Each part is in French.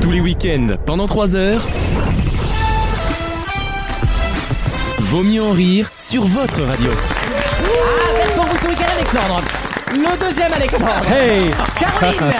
Tous les week-ends, pendant 3 heures. Vaut mieux en rire sur votre radio. Avec pour Ah, vous ce week-end, Alexandre. Le deuxième Alexandre. Eh. Hey Caroline.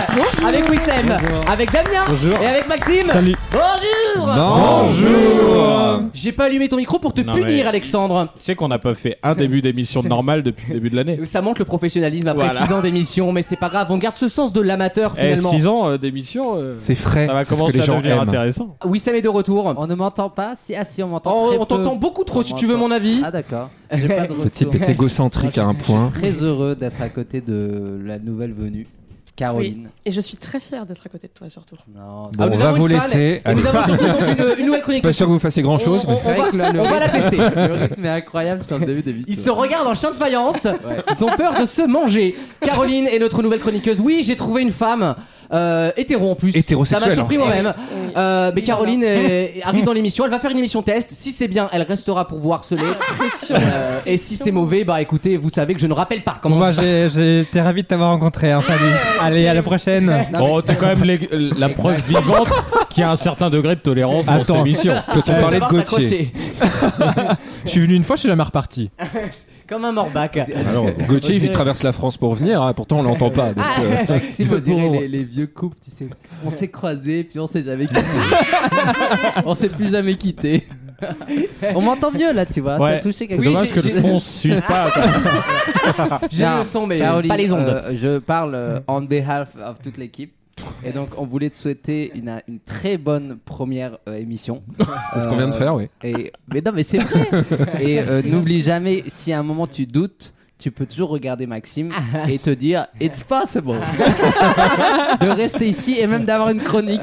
Avec Wissem. Avec Damien. Bonjour. Et avec Maxime. Salut. Bonjour. Bonjour J'ai pas allumé ton micro pour te Non, punir, mais- Alexandre. Tu sais qu'on n'a pas fait un début d'émission normale depuis le début de l'année Ça montre le professionnalisme après Voilà. 6 ans d'émission, mais c'est pas grave, on garde ce sens de l'amateur Eh, finalement. 6 ans euh, d'émission, euh, C'est frais, ça va c'est ce que commencer les à gens devenir aiment. intéressant. Wissem est de retour. On ne m'entend pas si, Ah si, on m'entend Oh, très on peu. t'entend beaucoup trop, On si tu veux mon avis. Ah d'accord. J'ai pas de Petit retour. égocentrique à un point. Très heureux d'être à côté de la nouvelle venue, Caroline. Et je suis très fière d'être à côté de toi surtout. Non, Bon, Ah, nous on va avons vous une fan. laisser. Et Nous Allez. avons surtout donc une, une nouvelle chronique. Pas sûr que vous fassiez grand chose. On- on- on va- le on va la rythme- tester. Le rythme est incroyable sur le début des Ils se regardent en chien de faïence, ils ont peur de se manger. Caroline est notre nouvelle chroniqueuse. Oui, j'ai trouvé une femme euh, hétéro en plus. Hétérosexuelle, Ça m'a surpris hein. moi-même. Oui. Euh, mais Oui, Caroline euh, arrive dans l'émission, elle va faire une émission test. Si c'est bien, elle restera pour vous harceler. Ah, Euh, et si c'est mauvais, bah écoutez, vous savez que je ne rappelle pas comment. on Moi, dit. bah, j'ai- j'étais ravi de t'avoir rencontré. hein, Fanny. Ah, Allez, à la prochaine. Non, mais Oh, t'es quand même l'ég- la preuve vivante qu'il y a un certain degré de tolérance dans cette Attends. émission. Quand on faut parlait de savoir Gauthier. s'accrocher. Je suis venu une fois, je suis jamais reparti. Comme un morbac. Gauthier, il traverse la France pour venir, hein, pourtant on l'entend pas. donc, euh, Maxime, Ah, on dirait Bon. les, les vieux couples, tu sais. On s'est croisés, puis on s'est jamais quittés. on s'est plus jamais quittés. on m'entend mieux là, tu vois. Ouais. Ah, T'as touché C'est quelque Oui, dommage j'ai- que le j'ai- fond se suive pas. quoi. J'ai Non, le son, mais Caroline, pas les ondes. euh, je parle euh, on behalf of toute l'équipe. Et donc, on voulait te souhaiter une, une très bonne première euh, émission. Euh, c'est ce qu'on vient de faire, oui. Et, mais non, mais c'est vrai. Et euh, n'oublie jamais, si à un moment tu doutes, tu peux toujours regarder Maxime Ah. et te dire It's possible de rester ici et même d'avoir une chronique.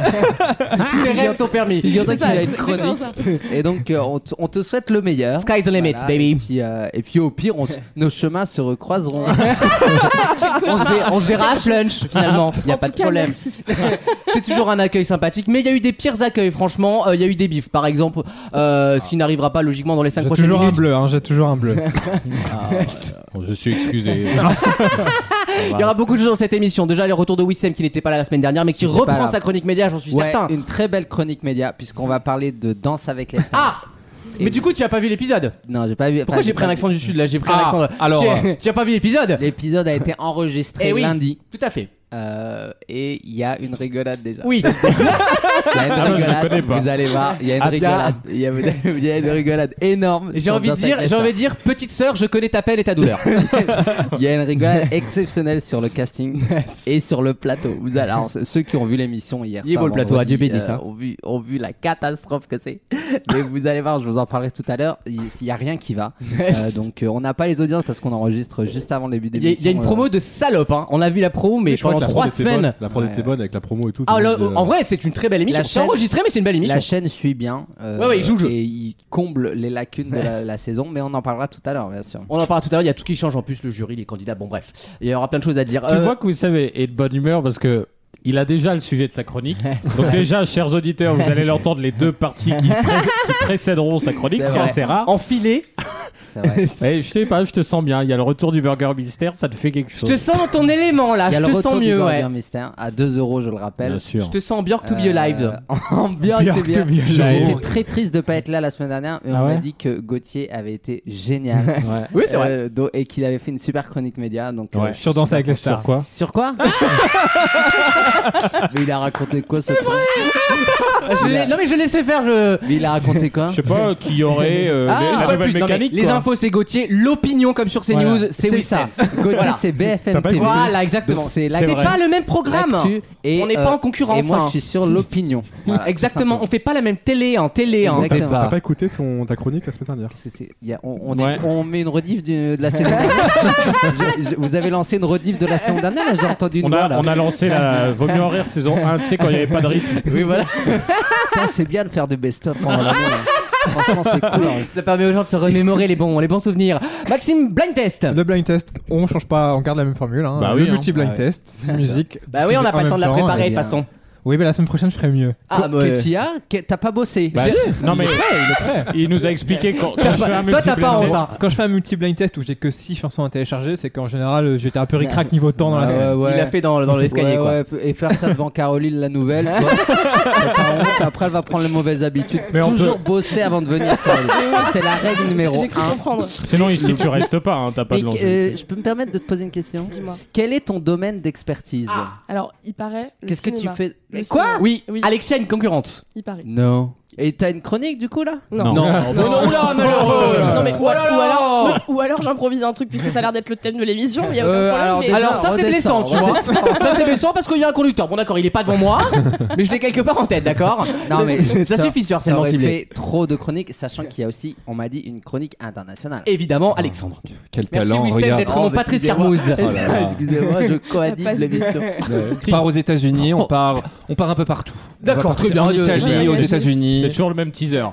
Tous les rêves sont permis. Il y en a qui a une c'est exactement chronique. Et donc, euh, on, te- on te souhaite le meilleur. Sky's the limit, Voilà, Et baby. puis, euh, et puis au pire, on se- nos chemins se recroiseront. On se, verra, on se verra à lunch finalement. Il n'y a En pas tout de cas, problème. merci. C'est toujours un accueil sympathique, mais il y a eu des pires accueils, franchement. Euh, Il y a eu des bifs, par exemple, euh, ce qui n'arrivera pas logiquement dans les 5 J'ai prochaines toujours un minutes. bleu, hein, j'ai toujours un bleu. Ah, Bon, je suis excusé. Il y aura beaucoup de choses dans cette émission. Déjà, le retour de Wissem qui n'était pas là la semaine dernière, mais qui C'était pas reprend là. sa chronique média, j'en suis Ouais, certain. une très belle chronique média, puisqu'on va parler de danse avec les Ah stars. Mais du coup, tu as pas vu l'épisode Non, j'ai pas vu. Pourquoi enfin, j'ai pris un pas- accent du Sud là J'ai pris un Ah, accent. alors, Tu as- euh, tu as pas vu l'épisode L'épisode a été enregistré Eh oui. lundi. Tout à fait. euh, et il y a une rigolade déjà. Oui. Il y a une Ah, moi, je rigolade. la connais pas. Vous allez voir, il y a une Ah, bien. rigolade. Il y a une- il y a une rigolade énorme. J'ai sur envie de Danse dire, avec les j'ai stars. envie de dire, petite sœur, je connais ta peine et ta douleur. Il y a une rigolade exceptionnelle sur le casting et sur le plateau. Vous allez, alors, ceux qui ont vu l'émission hier, Il est soir, beau le plateau, vendredi, ah, euh, Dieu bénisse, hein. ont, vu, ont vu la catastrophe que c'est. Mais vous allez voir, je vous en parlerai tout à l'heure. Il n'y a rien qui va. Euh, donc, euh, on n'a pas les audiences parce qu'on enregistre juste avant le début euh, Il y, a- d'émission. il y a une promo de salope, hein. On a vu la promo, mais Je crois pendant que la prod 3 était semaines. bonne. La prod était Ouais. bonne avec la promo et tout. Ah, là, Ils, euh, en vrai, c'est une très belle émission. La C'est chaîne- enregistré, mais c'est une belle émission. La chaîne suit bien. euh, Ouais, ouais, il joue le jeu. Et il comble les lacunes de la, la saison, mais on en parlera tout à l'heure, bien sûr. On en parlera tout à l'heure, il y a tout qui change en plus, le jury, les candidats, bon bref, il y aura plein de choses à dire. Tu Euh, vois que Wissam est est de bonne humeur parce que. Il a déjà le sujet de sa chronique. Donc déjà, chers auditeurs, vous allez l'entendre les deux parties qui, pré- qui précéderont sa chronique, ce qui est assez rare. enfilé, C'est vrai. Eh, je sais pas, je te sens bien. Il y a le retour du burger mystère, ça te fait quelque je chose. te sens dans ton élément là, Il y a Ah, je le te retour sens du mieux, Burger ouais. Mystère à 2 euros, je le rappelle. Bien sûr. Je te sens bien to be Euh, alive. en Björk Björk to to be be alive. alive. J'étais très triste de pas être là la semaine dernière, mais Ah on ouais m'a dit que Gauthier avait été génial. Oui, c'est vrai. Euh, do- et qu'il avait fait une super chronique média. Donc, euh, Ouais. Sur Danse avec les stars, quoi. Sur quoi Ah, Mais il a raconté quoi ce truc Ah, Je l'ai- non mais je laissais faire, je. Mais il a raconté quoi Je sais pas qui y aurait euh, Hein Ah, les- une Euh, la fois de plus, nouvelle non, mais mécanique. les quoi. infos c'est Gauthier, l'opinion comme sur CNews Voilà. c'est C'est Wissem. ça. Gauthier, Voilà. c'est BFM T'as pas TV. dit- Voilà, exactement. Donc, c'est C'est la- c'est vrai. pas le même programme. L'actu et, On n'est euh, pas en concurrence. Et moi, hein. je suis sur l'opinion. Voilà, tout Exactement, on simplement. fait pas la même télé en télé. hein. Exact- T'as Exactement. t'as pas écouté ton, ta chronique la semaine dernière Qu'est-ce que c'est Il y a- on, on est- Ouais. on met une rediff du- de la saison dernière. Je- je- vous avez lancé une rediff de la saison dernière, là, j'ai entendu une On voix. a, là. on a lancé la Vaut mieux en rire saison 1, tu sais, quand il n'y avait pas de rythme. Oui, voilà. Putain, c'est bien de faire de best-of pendant la nuit, hein. Franchement, c'est cool. hein. Ça permet aux gens de se remémorer les bons, les bons souvenirs. Maxime, blind test. Le blind test, on change pas, on garde la même formule. Hein. Bah le oui, hein. multi blind Ah ouais. test, c'est musique. eh Bah oui, on n'a pas le temps de la préparer de toute bien. façon. Oui, mais la semaine prochaine, je ferai mieux. Ah, Qu- qu'est-ce qu'il y a T'as pas bossé Bah, non mais il nous a expliqué quand, quand T'as je pas- fais un toi, t'as multiple pas inter- honte, hein. Quand je fais un multi-blind test où j'ai que 6 chansons à télécharger, c'est qu'en général, j'étais un peu ricrac niveau temps dans la Ah semaine. Il l'a fait dans, dans l'escalier, Ouais, quoi. ouais, et faire ça devant Caroline, la nouvelle. tu vois. T'as pas honte, après, elle va prendre les mauvaises habitudes. Mais on Toujours bosser avant de venir, Caroline. C'est la règle numéro J'ai 1. cru comprendre. Sinon ici tu restes pas, hein, t'as pas de euh, longévité. je peux me permettre de te poser une question Dis-moi. Quel est ton domaine d'expertise Alors, il paraît. le Qu'est-ce que tu cinéma. fais Le Quoi cinéma. Oui, Oui. Alexia, une concurrente. Il paraît. Non. Et t'as une chronique du coup là Non. Non, non, non, oula, malheureux euh, Non, mais- Oh là ou là alors, ou alors j'improvise un truc puisque ça a l'air d'être le thème de l'émission. Il y a aucun Euh, problème. alors, mais- déjà- Alors ça c'est blessant, redescend, tu vois. Ça c'est blessant parce qu'il y a un conducteur. Bon d'accord, il est pas devant moi, mais je l'ai quelque part en tête, d'accord Non mais ça suffit sur ça harcèlement aurait ciblé. fait trop de chroniques, sachant qu'il y a aussi, on m'a dit, une chronique internationale. Évidemment, Alexandre. Quel Merci talent, Wissem regarde. d'être mon Oh, bah, Patrice excusez-moi. Carmouze. Excusez-moi, je La passe coanime des- l'émission. On part aux États-Unis, on part, on part un peu partout. D'accord, très bien. En Euh, Italie, aux C'est États-Unis. toujours le même teaser.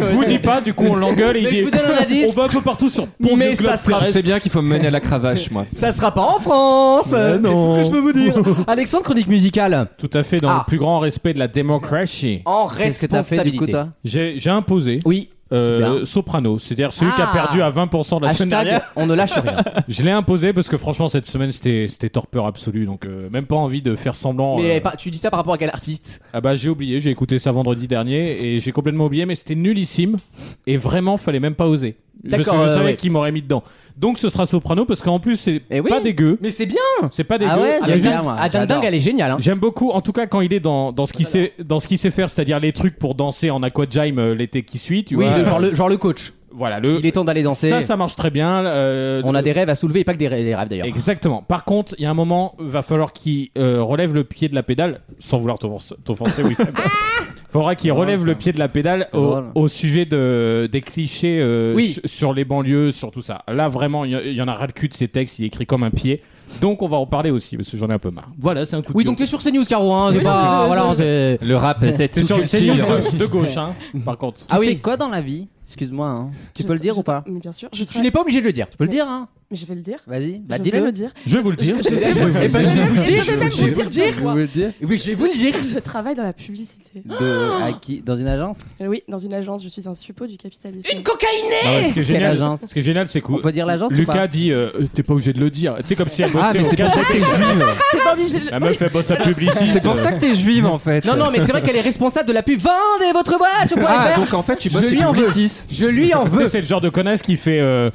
je vous dis pas, du coup on l'engueule et il Mais dit. je vous donne un indice. On va un peu partout sur Pont Mais du ça Globe, sera- Je sais bien qu'il faut me mener à la cravache, moi. Ça sera pas en France. C'est tout ce que je peux vous dire. Alexandre, chronique musicale. Tout à fait, dans Ah. le plus grand respect de la démocratie. En Qu'est-ce que t'as fait du coup responsabilité. toi J'ai j'ai imposé Oui. euh, C'est Soprano, c'est-à-dire celui qui a Ah. perdu à 20% de la semaine Hashtag, dernière. on ne lâche rien. Je l'ai imposé parce que franchement, cette semaine, c'était c'était torpeur absolue. Donc, euh, même pas envie de faire semblant. Mais euh, pas- tu dis ça par rapport à quel artiste Ah bah, j'ai oublié, j'ai écouté ça vendredi dernier et j'ai complètement oublié, mais c'était nullissime. Et vraiment, fallait même pas oser. Parce que D'accord, je euh, savais ouais. qui m'aurait mis dedans. Donc, ce sera Soprano parce qu'en plus, c'est Eh oui. pas dégueu. Mais c'est bien. C'est pas dégueu. Ah ouais, Il y a j'aime juste- bien, moi, Ah, Ding j'adore. Ding, elle est géniale. hein. J'aime beaucoup, en tout cas quand il est dans, dans ce qu'il sait dans ce qu'il sait faire, c'est-à-dire les trucs pour danser en aquagym euh, l'été qui suit, tu Oui, vois. le- genre le genre le coach. Voilà le. Il est temps d'aller danser. Euh, Ça, ça marche très bien. euh, On le- a des rêves à soulever et pas que des rê- des rêves d'ailleurs. Exactement. Par contre, il y a un moment, va falloir qu'il euh, relève le pied de la pédale, sans vouloir t'offens- t'offenser, oui. Faudra qu'il relève le pied de la pédale au, drôle. au sujet de, des clichés euh, Oui. su- sur les banlieues, sur tout ça. Là, vraiment, il y a- il y, en a ras le cul de ces textes, il est écrit comme un pied. Donc, on va en parler aussi, parce que j'en ai un peu marre. Voilà, c'est un coup de Oui, gueule. donc t'es sur CNews, Caro. Hein, Oui, c'est non, pas- je- je- voilà, c'est- Le rap, c'est C'est sur le culture. CNews de, de gauche, hein, par contre. Ah Tu oui. fais quoi dans la vie Excuse-moi, hein. tu Je- peux le dire je- ou pas Tu Mais bien sûr. Je- Je, tu n'es pas obligé de le dire. peux le dire, hein Je vais le dire. Vas-y, bah je vais dis-le. le dire. Je vais vous le dire. Je- je- Eh ben, je je- vais vous le dire. je vais même Je vais vous vous le dire. deux fois. le dire Oui, je vais vous le dire. Je travaille dans la publicité. De, à qui Dans une agence Et Oui, dans une agence, je suis un suppôt du capitalisme. Une cocaïnée Non, mais ce qui est Quelle génial, agence ce qui est génial, c'est On que peut dire l'agence ou Lucas pas dit euh, euh, T'es pas obligé de le dire. Tu sais, comme si elle bossait Ah, mais au c'est pour ça que t'es cachette. juive. C'est pas obligé. de- La meuf, elle bosse à Publicis. euh, C'est pour ça que t'es juive, en fait. Non, non, mais c'est vrai qu'elle est responsable de la pub. Vendez votre boîte Ah, donc en fait, tu bosses Je chez lui en veux. Publicis. Je lui en Tu sais, veux. C'est le genre de connasse qui fait. euh,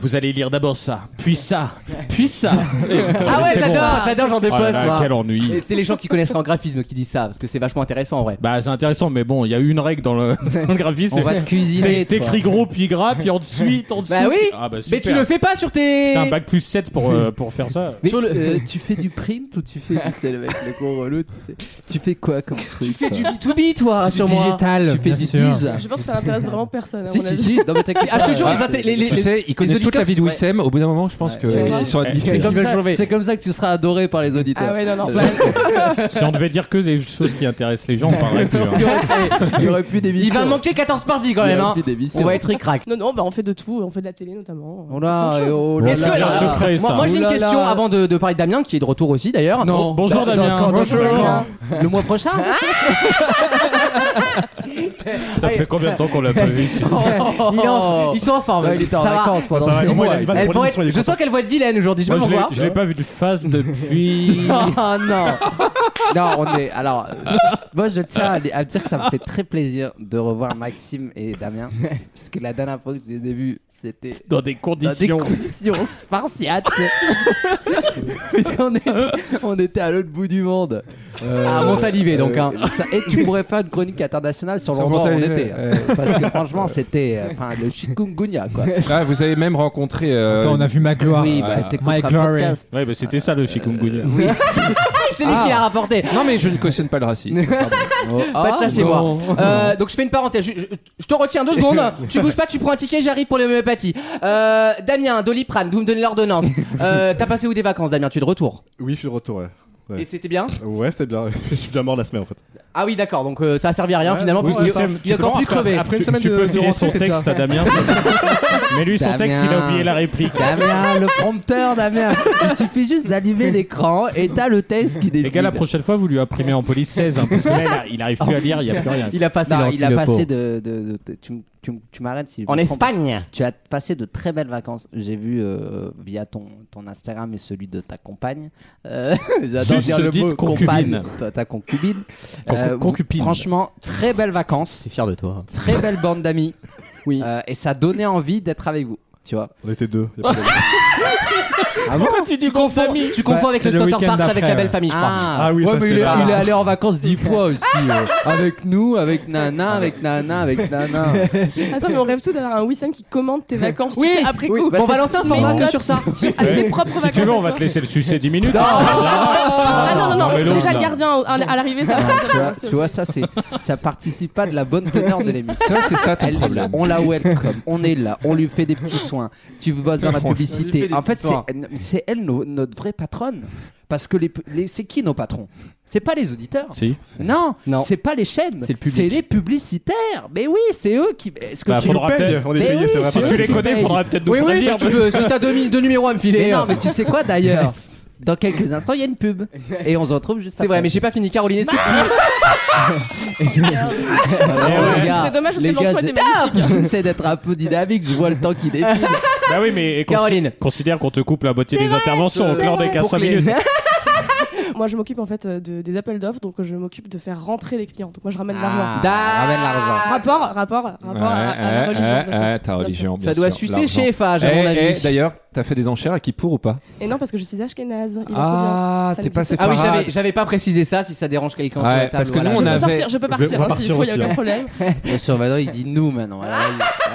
vous allez lire d'abord ça, puis ça, puis ça. Ah ouais, C'est bon. j'adore, j'adore genre de Oh là poste. là, moi. quel ennui. Et c'est les gens qui connaissent en graphisme qui disent ça parce que c'est vachement intéressant en vrai. Bah, c'est intéressant, mais bon, il y a une règle dans le, dans le graphisme. On va c'est- te cuisiner. t'é- toi. T'écris gros, puis gras, puis ensuite, en dessous. Bah oui, Ah bah, Mais super. tu le fais pas sur tes. T'as un bac plus 7 pour, euh, pour faire ça. Mais Sur le- euh, tu fais du print ou tu fais du, tu sais, le mec, le gros relou, tu sais. Tu fais quoi comme truc Tu fais du B2B toi C'est sur du moi. digital. Tu fais bien du sûr. tige Je pense que ça n'intéresse vraiment personne. à Si, mon si, avis. si, non mais t'inquiète. Ah, je te jure, pas. les inté- les- les- Tu sais, ils connaissent toute la vie de Wissem. Au bout d'un moment, je pense Ouais. qu'ils sont C'est adultes. comme, Je ça, l'avais. c'est comme ça que tu seras adoré par les auditeurs. Ah ouais, non, non. Euh, bah, Si on devait dire que des choses qui intéressent les gens, on parlerait plus. hein. Il y aurait- Il y aurait plus d'émissions. Il va manquer 14 parties quand même. Hein. On va être ricrac. Non, non, bah on fait de tout, on fait de la télé notamment. Oh là, Plein de et choses. oh là Est-ce là que- là C'est un là. secret, ça. Moi, moi, j'ai une Oulala. question avant de, de parler de Damien qui est de retour aussi d'ailleurs. Non. Bonjour, Dans- Damien. dans- dans- Bonjour. dans- Le mois prochain Ça fait combien de temps qu'on l'a pas vu celui-ci Il est en- Ils sont en forme. Ouais, il était en Ça va. vacances pendant Ça va, six au moins, mois. il a une vanne Elle pour pourrait l'émission, être- il est Je sens qu'elle va être vilaine aujourd'hui. Je sais Moi, pas je pourquoi. l'ai- je l'ai pas vu de face depuis. Oh non Non, on est. Alors, euh, moi je tiens à, li- à dire que ça me fait très plaisir de revoir Maxime et Damien, puisque la dernière fois que je les ai vus, c'était Dans des dans des conditions. conditions spartiates. Puisqu'on est- on était à l'autre bout du monde. Euh, À Montalivet donc. hein. Ça- et tu pourrais faire une chronique internationale sur Sur l'endroit où on Montalivet, était. hein. Parce que franchement, c'était euh, enfin, le chikungunya quoi. Ah, vous avez même rencontré. euh, Attends, on a vu ma gloire. oui, bah My t'écoutes un glory. podcast. Ouais, bah c'était ça le chikungunya. C'est lui qui l'a rapporté. Non, mais je ne cautionne pas le racisme. Pardon. Oh, Pas de ça oh, chez non. moi. Euh, donc je fais une parenthèse. Je, je- je te retiens deux secondes. tu bouges pas, tu prends un ticket, j'arrive pour l'homéopathie. Euh, Damien, Doliprane, vous me donnez l'ordonnance. Euh, T'as passé où des vacances, Damien Tu es de retour Oui, je suis de retour. ouais. Ouais. Et c'était bien Ouais, c'était bien. Je suis déjà mort la semaine en fait. Ah oui, d'accord, donc euh, ça a servi à rien Ouais, finalement, ouais, puisqu'il ouais, il a tu encore peux plus voir, crevé. Après une tu, semaine tu de- peux de filer son rentrée, t'es texte à déjà- Damien. Mais lui, son texte, il a oublié la réplique. Damien, le prompteur, Damien. Il suffit juste d'allumer l'écran et t'as le texte qui défile. Les gars, la prochaine fois, vous lui imprimez en police 16. hein, parce que là, il a- il arrive plus à lire, il n'y a plus rien. Il a passé Non, l'ortie, il a le pauvre. passé de. de- de- de- tu m- tu m- tu m'arrêtes si je me En trompe. Espagne Tu as passé de très belles vacances. J'ai vu euh, via ton, ton Instagram et celui de ta compagne. Euh, J'adore Sus dire le dite mot concubine. compagne. Ta, ta concubine. Euh, Con- concupine. Franchement, très belles vacances. C'est fier de toi. Très belle bande d'amis. Oui. Euh, et ça donnait envie d'être avec vous. Tu vois. On était deux. y a pas de- Ah Pourquoi tu dis qu'on famille Tu confonds avec c'est Bah, le le Sutter week-end Park avec d'après, la belle ouais. famille, je crois. Ah oui, Ouais, ça mais il c'était est, là. il est allé en vacances dix fois aussi. euh, avec nous, avec Nana, avec Nana, avec Nana. Attends, mais on rêve tous d'avoir un Wissam qui commente tes vacances. tu Oui, sais, après oui, coup. bah, on va lancer un format Mais que note sur ça. sur- à tes propres Si vacances. tu veux, on à va toi. te laisser le sucer 10 minutes. Ah non, non, non, Non, mais non, déjà non. le gardien à à l'arrivée, ça va. tu, vois, tu vois, ça, c'est, ça participe pas de la bonne teneur de l'émission. Ça, c'est ça ton Elle est là, problème. on la welcome, on est là, on lui fait des petits soins. Tu bosses dans la On lui publicité. fait En des fait, petits soins. c'est, c'est elle nos- notre vraie patronne. Parce que les, les- c'est qui nos patrons C'est pas les auditeurs. Si. Non, Non. c'est pas les chaînes. C'est le public. les publicitaires. Mais oui, c'est eux qui. Est-ce que Bah, tu- faudra- On paye, on est Mais payé, oui, c'est vrai. c'est Si eux tu les qui connais, payent. faudra peut-être nous Oui, oui, prévenir. si tu veux, si t'as deux, mi- deux numéros à me filer. Mais non, euh, mais tu sais quoi d'ailleurs Dans quelques instants, il y a une pub. Et on se retrouve juste C'est vrai, mais j'ai pas fini. Caroline, est-ce que tu- eh, Ah C'est dommage parce les que l'emploi gars, était c'est- J'essaie d'être un peu dynamique, je vois le temps qui Ah. défile. Bah oui, mais et consi- Caroline. considère qu'on te coupe la moitié des interventions au clan des 5 minutes. Moi, je m'occupe en fait euh, de, des appels d'offres, donc euh, je m'occupe de faire rentrer les clients. Donc moi, je ramène l'argent. Ah, ramène l'argent. Rapport, rapport, rapport Ouais, à, à la ouais, religion. ouais, bien sûr. ouais, Eh, ta Bien religion, bien Ça doit sûr, sucer l'argent. chez FH, à mon Eh, eh, avis. D'ailleurs, t'as fait des enchères à qui pour ou pas sûr. Et non, parce que je suis ashkénaze. Il en faut Ah, bien. Ça t'es pas n'existe Ah oui, séparate. j'avais- j'avais pas précisé ça si ça dérange quelqu'un. Ouais, autour de la parce table, que nous, Je on peux avait- sortir, je peux partir, hein, s'il faut, il n'y a aucun problème. Bien sûr, maintenant il dit nous maintenant. Là,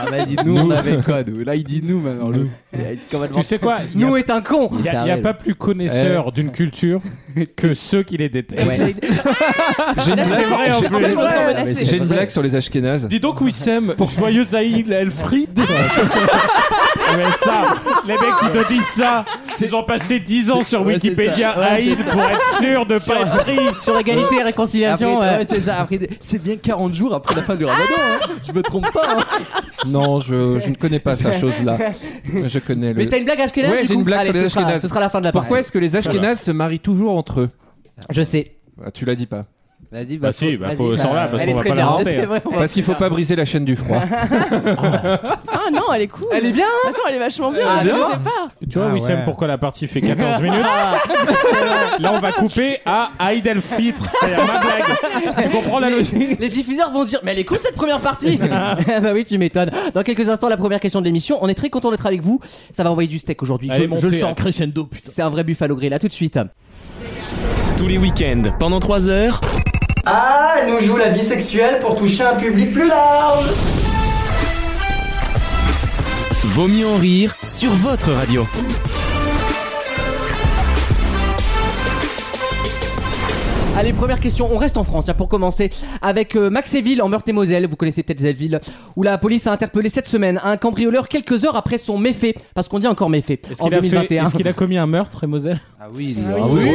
il, là, il dit nous, on avait code. Là, il dit nous maintenant. Le, il est complètement- Tu sais quoi Il y a- Nous est un con Ah il y a, il y a pas plus connaisseur d'une culture que ceux qui les détestent. Ouais. J'ai une Ah, Là, je C'est me blague- sens- vrai, en je- en plus. fait, je me sens Ouais, mais menacée. c'est- j'ai une vrai. blague sur les Ashkénazes. Dis donc, Wissem, pour joyeux Aïd Elfried. Mais ça, les mecs qui te disent ça, ils ont passé 10 ans sur Ouais, c'est Wikipédia ça. Ouais. Aïd pour être sûr de pas être pris. sur égalité et Après, réconciliation. euh. ouais, ouais. c'est ça. Après, c'est bien 40 jours après la fin du ramadan. hein. Je me trompe pas. hein. Non, je, je ne connais pas cette chose-là. Je connais le. Mais t'as une blague Ashkenaz Ouais, du j'ai coup une blague Allez, sur les ce sera, Ashkénazes. ce sera la fin de la partie. Pourquoi est-ce que les Ashkénazes Voilà. se marient toujours entre eux Je sais. Ah, Tu l'as dit pas. Vas-y, Bah si, bah vas-y, faut s'en là, parce Elle est qu'on va très pas bien. l'inventer. C'est hein. vrai, on va- Parce qu'il faut pas briser la chaîne du froid. Ah non, elle est cool. Elle est bien Attends, elle est vachement bien. Ah, je bien. sais pas. Tu vois, Ah Wissem, ouais. pourquoi la partie fait 14 minutes Là, on va couper à Aïd Elfitre. C'est-à-dire ma blague. Tu comprends la logique Les diffuseurs vont se dire, mais elle écoute cette première partie Ah Bah oui, tu m'étonnes. Dans quelques instants, la première question de l'émission. On est très content d'être avec vous. Ça va envoyer du steak aujourd'hui. Je, Allez, je montez, le sens. à crescendo, putain. C'est un vrai buffalo grill. À tout de suite. Tous les week-ends, pendant 3 heures, Ah, elle nous joue la bisexuelle pour toucher un public plus large Vaut mieux en rire sur votre radio. Allez, première question. On reste en France, là, pour commencer. Avec euh, Maxéville en Meurthe-et-Moselle. Vous connaissez peut-être cette ville où la police a interpellé cette semaine un cambrioleur quelques heures après son méfait. Parce qu'on dit encore méfait. Est-ce En qu'il a, fait- 2021. est-ce qu'il a commis un meurtre, et Moselle Ah oui, Ah oui,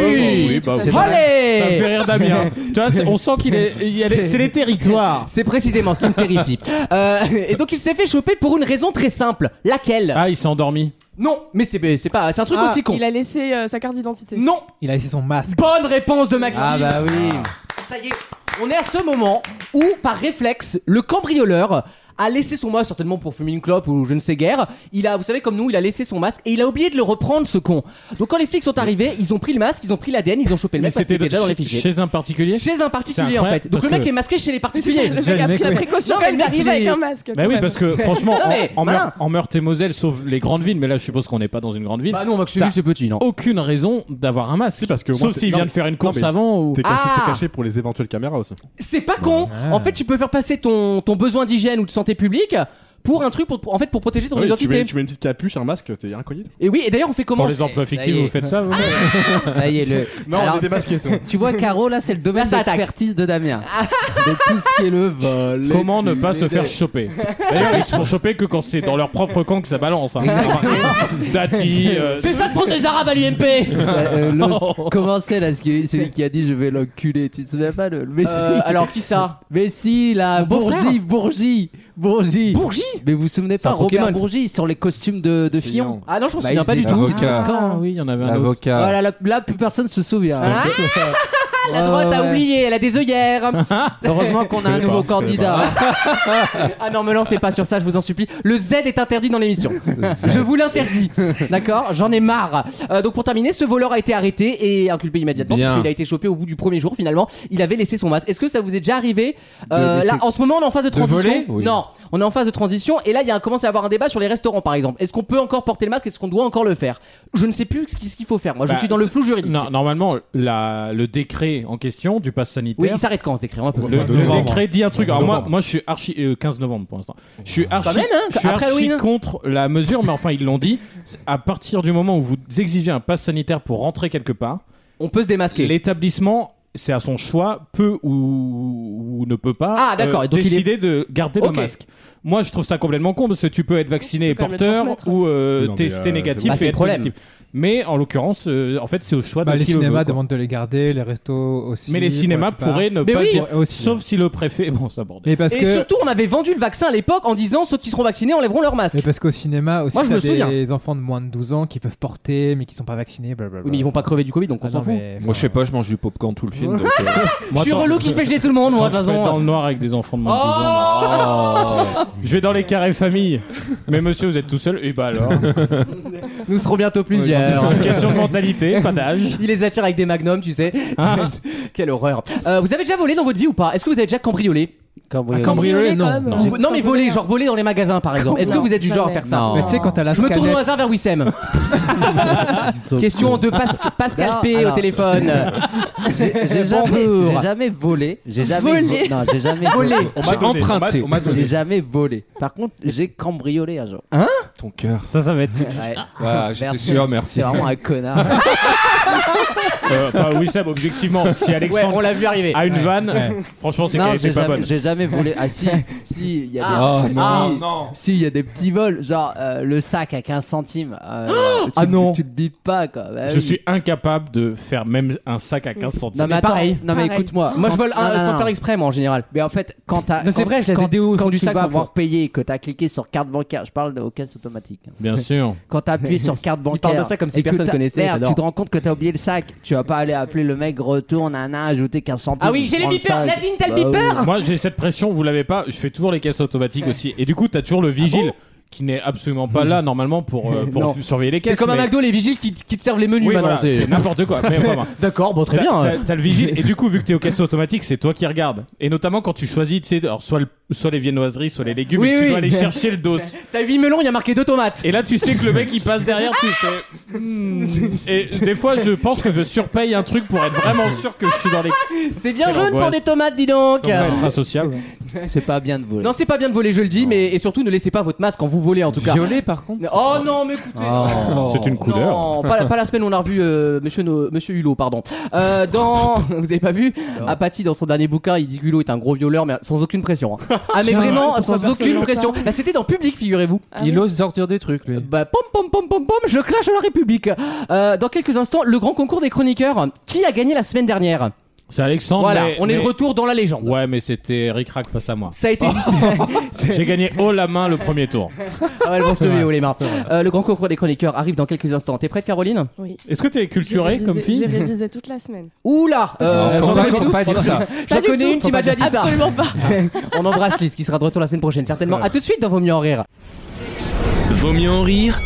oui, bah, C'est bah, vrai. Ça me fait Allez rire Damien. tu vois, c'est- on sent qu'il est. il y a les- C'est les territoires. C'est précisément ce qui me terrifie. Euh, et donc il s'est fait choper pour une raison très simple. Laquelle Ah, il s'est endormi. Non, mais c'est c'est pas c'est un truc Ah, aussi con. Il a laissé euh, sa carte d'identité. Non, Il a laissé son masque. bonne réponse de Maxime. Ah bah oui. Ça y est, on est à ce moment où par réflexe, le cambrioleur a laissé son masque certainement pour fumer une clope ou je ne sais guère. Il a, vous savez comme nous, il a laissé son masque et il a oublié de le reprendre ce con. Donc quand les flics sont arrivés, ils ont pris le masque, ils ont pris l'ADN, ils ont chopé le mec parce qu'il était déjà dans les fichiers. chez un particulier Chez un particulier en incroyable, fait. Donc parce le mec que- est masqué chez les C'est ça, particuliers. le Déjà, mec a le pris mec, la oui. précaution Non, quand il mais arrive il est- avec un masque. Bah oui, parce que franchement, Non, en- mais en, malin. Meurthe- en Meurthe-et-Moselle, sauf les grandes villes, mais là je suppose qu'on n'est pas dans une grande ville, Bah non, Maxime, T'as- c'est petit, non. aucune raison d'avoir un masque. Si, parce que au moins, sauf t'es- s'il non, vient de faire une non, course mais- avant ou. T'es caché, Ah t'es caché pour les éventuelles caméras aussi. C'est pas con. En fait, tu peux faire passer ton, ton besoin d'hygiène ou de santé publique pour un truc, pour, pour- en fait, pour protéger ton Ah Oui, tu, identité. mets, tu mets une petite capuche, un masque, t'es incognito. Et oui, et d'ailleurs, on fait comment Pour les emplois Ça y fictifs, est. vous faites Ah, ça, vous Ça y Ah. est, le. Non, Alors, on est démasqué, ça. tu vois, Caro, là, c'est le domaine Là, ça attaque. d'expertise de Damien. De tout ce qui est le vol. Comment ne pas se faire choper D'ailleurs, ils se font choper que quand c'est dans leur propre camp que ça balance. Hein. Dati, euh, C'est ça de prendre des arabes à l'UMP Euh, euh, l'autre- Comment c'est là celui celui qui a dit je vais l'enculer Tu te souviens pas le Messi Euh, Alors, qui ça Messi là, Mon beau-frère. Bourgie, Bourgie, Bourgie. Bourgie Mais vous vous souvenez C'est pas un Robert Pokémon, ça. Bourgie sur les costumes de, de Fillon Ah non, je m'en Bah, souviens il pas du faisait tout. Avocat. Quand oui, il y en avait un autre. Avocat. Voilà, là, là, plus personne se souvient. Ah, la Ouais, droite a ouais. oublié, elle a des œillères. Heureusement qu'on a un nouveau candidat. Ah non, me lancez pas sur ça, je vous en supplie. Le Z est interdit dans l'émission. Je vous l'interdis. D'accord J'en ai marre. Euh, donc pour terminer, ce voleur a été arrêté et inculpé immédiatement Bien. parce qu'il a été chopé au bout du premier jour finalement. Il avait laissé son masque. Est-ce que ça vous est déjà arrivé euh, laisser- Là, en ce moment, on est en phase de transition. voler Oui. Non, on est en phase de transition et là, il y a un- commence à y avoir un débat sur les restaurants par exemple. Est-ce qu'on peut encore porter le masque Est-ce qu'on doit encore le faire Je ne sais plus ce qu'il ce qu'il faut faire. Moi, je Bah, suis dans le flou juridique. Non, normalement, la- le décret en question du pass Oui, sanitaire. il s'arrête quand ce décret On peut- le, de le novembre. décret dit un truc. Alors moi, Novembre. moi, je suis archi euh, 15 novembre pour l'instant. Je suis archi, même, hein, je suis après archi Halloween. contre la mesure, mais enfin ils l'ont dit. À partir du moment où vous exigez un pass sanitaire pour rentrer quelque part, On peut se démasquer. l'établissement, c'est à son choix, peut ou, ou ne peut pas euh, Ah, d'accord. Et donc, il est- décider de garder Ok. le masque. Moi, je trouve ça complètement con parce que tu peux être vacciné et quand même le porteur transmettre. hein. ou euh, Non, mais, euh, tester c'est négatif bon. Bah, et c'est le être problème. positif. Mais en l'occurrence, euh, en fait, c'est au choix Bah, de les qui le cinémas veut, quoi. demandent de les garder, les restos aussi. Mais les pour la cinémas plupart. pourraient ne Mais pas oui. dire, Aussi. sauf si le préfet. Bon, ça bordel. Mais parce et que. surtout, on avait vendu le vaccin à l'époque en disant ceux qui seront vaccinés enlèveront leur masque. Mais parce qu'au cinéma aussi, Moi, je me t'as souviens. des enfants de moins de 12 ans qui peuvent porter mais qui sont pas vaccinés, blablabla. Oui, mais ils vont pas crever du Covid, donc on Ah s'en non, fout. mais- Moi, je sais pas, je mange du popcorn tout le film. donc, euh, je suis attends, relou qui fait chier tout le monde, moi, Quand de je toute peux être dans façon. Oh. le noir avec des enfants de moins de 12 ans. Je vais dans les carrés famille. Mais monsieur, vous êtes tout seul Et bah alors Nous serons bientôt plusieurs. Question de mentalité, pas d'âge. Il les attire avec des magnums, tu sais. Ah. Quelle horreur. Euh, vous avez déjà volé dans votre vie ou pas Est-ce que vous avez déjà cambriolé Ah, cambrioler, Cambrioler, quand non. même. J'ai- Ou- Non, mais volé, genre volé dans les magasins par exemple. Est-ce que Non, vous êtes du genre à jamais. faire ça Non. Mais tu sais, quand t'as la Je me tourne au scanette- hasard vers Wissem. Question de Pas- Pascal Non, P au alors. téléphone. J'ai jamais, Bonjour. j'ai jamais volé. J'ai jamais Volé. vo- Non, j'ai jamais volé. On m'a J'ai donné, on m'a- emprunté. on m'a donné. J'ai jamais volé. Par contre, j'ai cambriolé un jour. Ton cœur. Ça, ça va être. Ouais. Voilà, j'étais Merci. sûr, merci. C'est vraiment un connard. Euh, Enfin, oui, Sam, objectivement, si Ouais, Alexandre on l'a vu arriver. a une vanne, franchement, c'est non, qu'elle j'ai était pas jamais, bonne. j'ai jamais volé. Ah si, si, il y a des... Ah, non. Ah, Si, il y a des petits vols, genre euh, le sac à 15 centimes. euh, tu, Ah le- non. Tu le bipes pas, quoi. Bah Je oui. suis incapable de faire même un sac à 15 centimes. Non, mais attends, Pareil. Non, mais Pareil. écoute-moi. Moi, Quand- je vole un- non, non, sans non. faire exprès, moi, en général. Mais en fait, quand t'as. Non, c'est quand- vrai, je la quand- vidéo au quand fond du tu sac, vas sans voir. avoir payé, que t'as cliqué sur carte bancaire. Je parle aux caisses automatiques. Bien sûr. hein. Quand t'as appuyé sur carte bancaire. parle de ça comme si et que personne t'as- connaissait, Merde, j'adore. tu te rends compte que t'as oublié le sac. Tu vas pas aller appeler le mec, retourne, nana, ajouter 15 centimes. Ah oui, j'ai les prends le beepers, sac. Nadine, t'as le Bah oui. beeper Moi, j'ai cette pression, vous l'avez pas. Je fais toujours les caisses automatiques aussi. Et du coup, t'as toujours le vigile qui n'est absolument pas là normalement pour, euh, pour Non. f- surveiller les C'est caisses. comme un mais- McDo, les vigiles qui, qui te servent les menus Oui, maintenant. voilà, c'est c'est- n'importe quoi. Mais vraiment. D'accord, bon, très T'as- bien. hein. T'as, t'as le vigile et du coup vu que t'es au caisse automatique c'est toi qui regardes et notamment quand tu choisis tu sais alors soit le- soit les viennoiseries soit les légumes Oui, et oui. tu dois aller chercher le dos T'as 8 melons, il y a marqué 2 tomates. et là tu sais que le mec il passe derrière tu fais hmm. et des fois je pense que je surpaye un truc pour être vraiment sûr que je suis dans les C'est bien Quelle jaune pour angoisse. des tomates, dis donc. Donc, on va être associable C'est pas bien de voler. Non, c'est pas bien de voler, je le dis, mais et surtout ne laissez pas votre masque quand vous volez en tout cas. Violet, par contre. Oh non, mais écoutez. c'est une couleur Non, pas la, pas la semaine où on a revu euh, Monsieur, No- Monsieur Hulot, pardon. Euh, dans, vous avez pas vu Apathy dans son dernier bouquin, il dit que Hulot est un gros violeur, mais sans aucune pression. hein. Ah mais vraiment, pourquoi sans personne aucune l'entend pression. Bah, C'était dans Public, figurez-vous. Il ose sortir des trucs, lui. Bah pom pom pom pom pom, je clash à la République. Euh, dans quelques instants, le grand concours des chroniqueurs. Qui a gagné la semaine dernière c'est Alexandre Voilà, mais- on est mais- de retour dans la légende. ouais mais c'était Rick Rack face à moi Ça a été dis- j'ai gagné haut la main le premier tour Ah ouais, elles vont se lever haut les mains. Euh, le grand concours des chroniqueurs arrive dans quelques instants. T'es prête, Caroline Oui. est-ce que t'es J'ai culturé révisé- comme J'ai fille révisé toute la semaine. Oula euh, Faut J'en pas- connais- faut pas dire ça. j'en du connais tout. une qui m'a déjà dit ça. Absolument pas. On embrasse Lise qui sera de retour la semaine prochaine, certainement. À tout de suite dans Vaut mieux en rire. Vaut mieux en rire.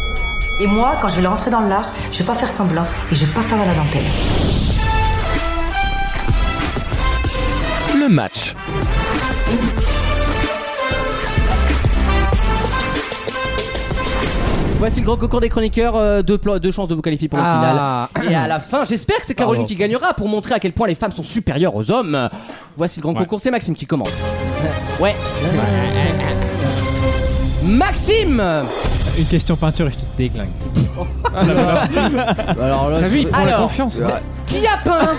Et moi, quand je vais rentrer dans l'art, je vais pas faire semblant et je vais pas faire la dentelle. Le match. Voici le grand concours des chroniqueurs. euh, deux, pla- deux chances de vous qualifier pour Ah. le final. Et à la fin, j'espère que c'est Caroline Pardon. qui gagnera pour montrer à quel point les femmes sont supérieures aux hommes. Voici le grand Ouais. concours. C'est Maxime qui commence. Ouais. Maxime Une question peinture et je te déglingue. Alors là, T'as vu, il prend la Alors, confiance. Qui a peint